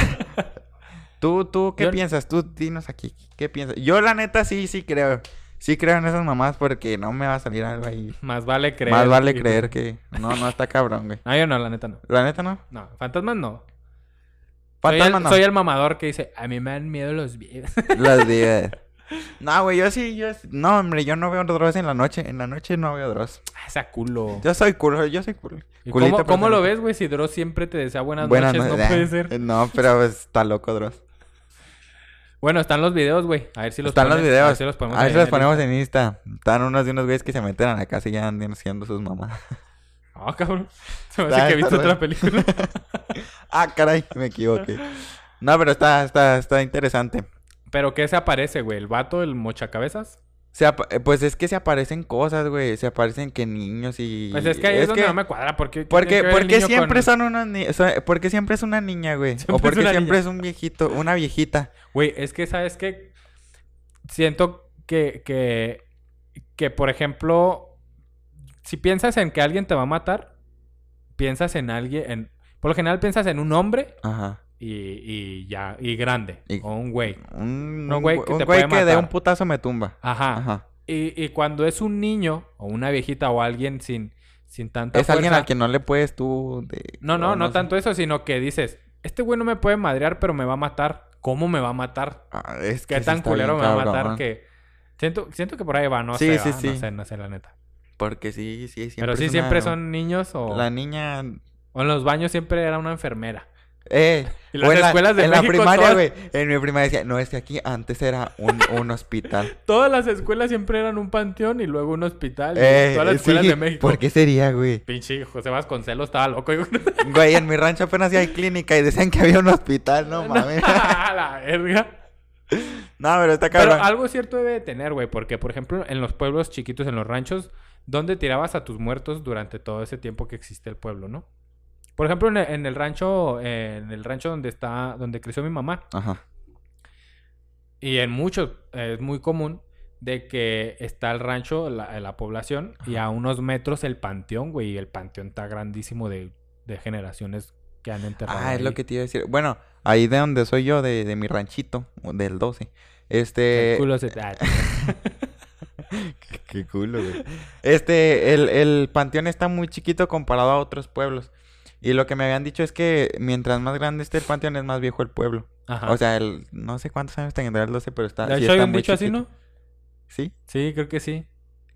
<laughs> ¿Tú, tú qué
Yo-
piensas? Tú dinos aquí. ¿Qué piensas? Yo, la neta, sí, sí creo. Sí creo en esas mamás porque no me va a salir algo ahí.
<laughs> Más vale creer.
Más vale
Y tú-
creer que. No, no está cabrón, güey.
No, yo no, la neta no.
La neta no.
No, fantasmas no. Soy
Fantasma
el,
no.
soy el mamador que dice, a mí me dan miedo los videos. <laughs>
<laughs> Las de- No, güey, yo sí, yo sí- No, hombre, yo no veo Dross en la noche. En la noche no veo Dross.
Esa Ah, culo.
Yo soy culo, yo soy culo.
¿Y
culito
¿Cómo, cómo lo
personal.
ves, güey? Si Dross siempre te desea buenas,
Buenas eh.
noches, no
noches.
puede ser.
No, pero pues, está loco Dross.
Bueno, están los videos, güey. A ver si los
Están los
pones-
videos.
A ver si los ponemos. ahí en
los
el-
ponemos en Insta. Están unos de unos güeyes que se meten a la casa y ya andan haciendo sus mamás.
<laughs> Ah, cabrón. <laughs> Se me
Está-
hace que viste
está
otra
bueno.
película.
<laughs> <laughs> ah, caray, me equivoqué. No, pero está, está, está interesante.
Pero ¿qué se aparece, güey? ¿El vato, el mochacabezas?
Se apa- pues es que se aparecen cosas, güey. Se aparecen que niños y.
Pues es que ahí es, donde no me cuadra. Porque,
Porque, porque siempre son unos niños. Porque siempre es una niña, güey.
Siempre
O
es
porque
una
siempre
niña.
es un viejito, una viejita.
Güey, es que, ¿sabes qué? Siento que, que, que, por ejemplo, si piensas en que alguien te va a matar, piensas en alguien, en... Por lo general piensas en un hombre
Ajá.
y, y ya, y grande.
Y-
O un güey.
Un,
Un
un
güey
güey
que
que,
te puede
de
matar.
un putazo me tumba.
Ajá.
Ajá.
Y, y cuando es un niño o una viejita o alguien sin, sin tanta
Es alguien
fuerza-
al que no le puedes tú... de-
No, no,
o
no,
sé.
tanto eso, sino que dices, este güey no me puede madrear, pero me va a matar. ¿Cómo me va a matar?
Ah, es que
¿Qué
sí
tan
está
culero
bien
me va a
cabrón.
matar que... Siento, siento que por ahí va, no
Sí,
sé,
sí,
ah, no
sí.
sé, no sé la neta.
Porque sí, sí, siempre
pero sí
es una-
siempre son niños o,
La niña...
o en los baños siempre era una enfermera.
Eh,
<laughs> Y
o
las
en la,
escuelas de
en la
México
primaria,
todas-
güey. En mi primaria decía, no, es que aquí antes era un,
<laughs>
un hospital.
Todas las escuelas siempre eran un panteón y luego un hospital. y
Eh,
todas las escuelas
sí,
de México.
¿Por qué sería, güey?
Pinche José Vasconcelos estaba loco. <laughs> yo creo.
Güey, en mi rancho apenas ya hay clínica y decían que había un hospital,
<laughs>
no mames.
A la verga.
No, pero está
Pero
cabrón.
algo cierto debe de tener, güey, porque por ejemplo en los pueblos chiquitos, en los ranchos, ¿dónde tirabas a tus muertos durante todo ese tiempo que existe el pueblo, no? Por ejemplo, en el, en el rancho, eh, en el rancho donde está, donde creció mi mamá,
Ajá.
y en muchos eh, es muy común de que está el rancho, la, la población, y a unos metros el panteón, güey, y el panteón está grandísimo de, de generaciones que han enterrado.
Ah, es lo
ahí.
que te iba a decir. Bueno, ahí de donde soy yo, de, de mi ranchito, del 12. Este.
El culo
<laughs>
se te- ah,
Qué culo, güey. Este, el, el panteón está muy chiquito comparado a otros pueblos. Y lo que me habían dicho es que mientras más grande esté el panteón, es más viejo el pueblo.
Ajá.
O sea, el, no sé cuántos años tendrá el 12, pero está.
de
sí
hecho, hay
está
un
muy
dicho así,
chiquito.
¿no?
Sí.
Sí, creo que sí.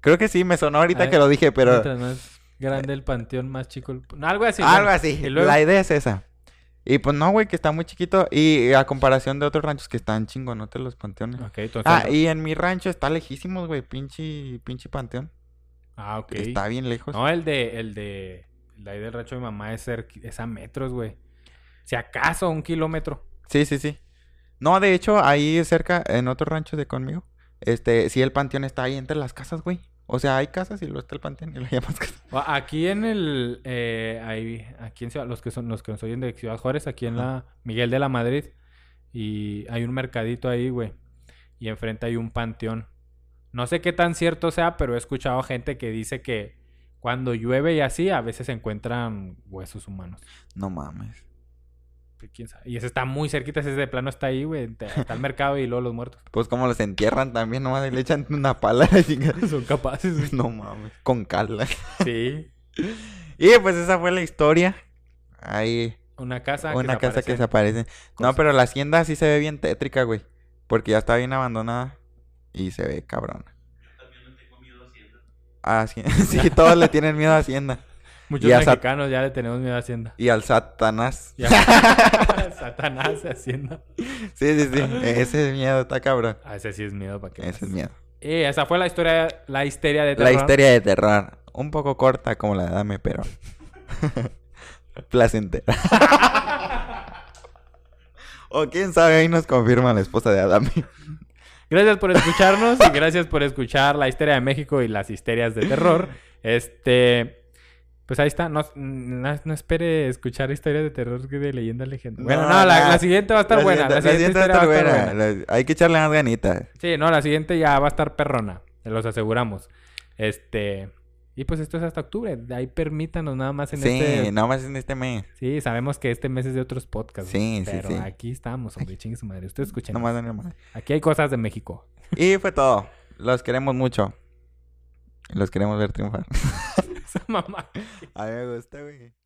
Creo que sí, me sonó ahorita
Ay,
que lo dije, pero.
Mientras más grande el panteón, más chico el... No, algo así.
Algo
bueno.
así.
Y luego-
La idea es esa. Y pues no, güey, que está muy chiquito. Y a comparación de otros ranchos que están chingonotes los panteones.
Ok, entonces...
Ah, y en mi rancho está lejísimos, güey. Pinche, pinche panteón.
Ah, ok.
Está pues. bien lejos.
No, el de... El de... El de ahí del rancho de mi mamá es, cerqui- es a metros, güey. Si acaso, un kilómetro.
Sí, sí, sí. No, de hecho, ahí cerca, en otro rancho de conmigo, este, sí, el panteón está ahí entre las casas, güey. O sea, hay casas y luego está el panteón y lo <laughs> llamas casa.
O- Aquí en el... eh, ahí, aquí en Ciudad... Los que, son, los que nos oyen de Ciudad Juárez, aquí en la... Miguel de la Madrid. Y hay un mercadito ahí, güey. Y enfrente hay un panteón. No sé qué tan cierto sea, pero he escuchado gente que dice que cuando llueve y así, a veces se encuentran huesos humanos.
No mames.
Pues, quién sabe. Y ese está muy cerquita, ese de plano está ahí, güey. te- Está el mercado y luego los muertos. <laughs>
Pues como los entierran también, nomás le echan una pala. a la chingada.
Son capaces, güey.
<laughs> no mames. Con calda.
Sí.
Y pues esa fue la historia. Ahí,
Una casa.
una casa Ah, que se
aparece.
aparece.
cosas.
No, pero la hacienda sí se ve bien tétrica, güey. Porque ya está bien abandonada y se ve cabrona. Ah, sí, <laughs> sí, todos le tienen miedo a Hacienda.
Muchos
y a Sat-
mexicanos ya le tenemos miedo a Hacienda.
Y al Satanás. <laughs>
<laughs> Ya. Satanás, Hacienda.
Sí, sí, sí. Ese miedo está cabrón.
Ah, ese sí es miedo para que.
Ese es miedo.
Eh, esa fue la historia, la histeria de
La
terror.
histeria de terror. Un poco corta como la de Dame, pero. <laughs> Placentera. <laughs> o quién sabe, ahí nos confirma la esposa de Adame.
Gracias por escucharnos y gracias por escuchar la histeria de México y las histerias de terror. Este. Pues ahí está. No, no, no espere escuchar historias de terror que de leyenda legendaria. Bueno,
No,
no, la,
no.
la siguiente va a estar
La
buena.
siguiente- la siguiente va a estar buena. La- Hay que echarle más ganitas.
Sí, no, la siguiente ya va a estar perrona, se los aseguramos. Este, y pues esto es hasta octubre, de ahí permítanos nada más en
sí,
este
nada más en este mes.
Sí, sabemos que este mes es de otros podcasts.
Sí, sí,
pero
sí.
aquí estamos, hombre, chingue su madre. Ustedes escuchen.
No más, no más.
Aquí hay cosas de México. <laughs>
Y fue todo. Los queremos mucho. Los queremos ver triunfar. <laughs>
Esa mamá.
A mí me gusta, güey.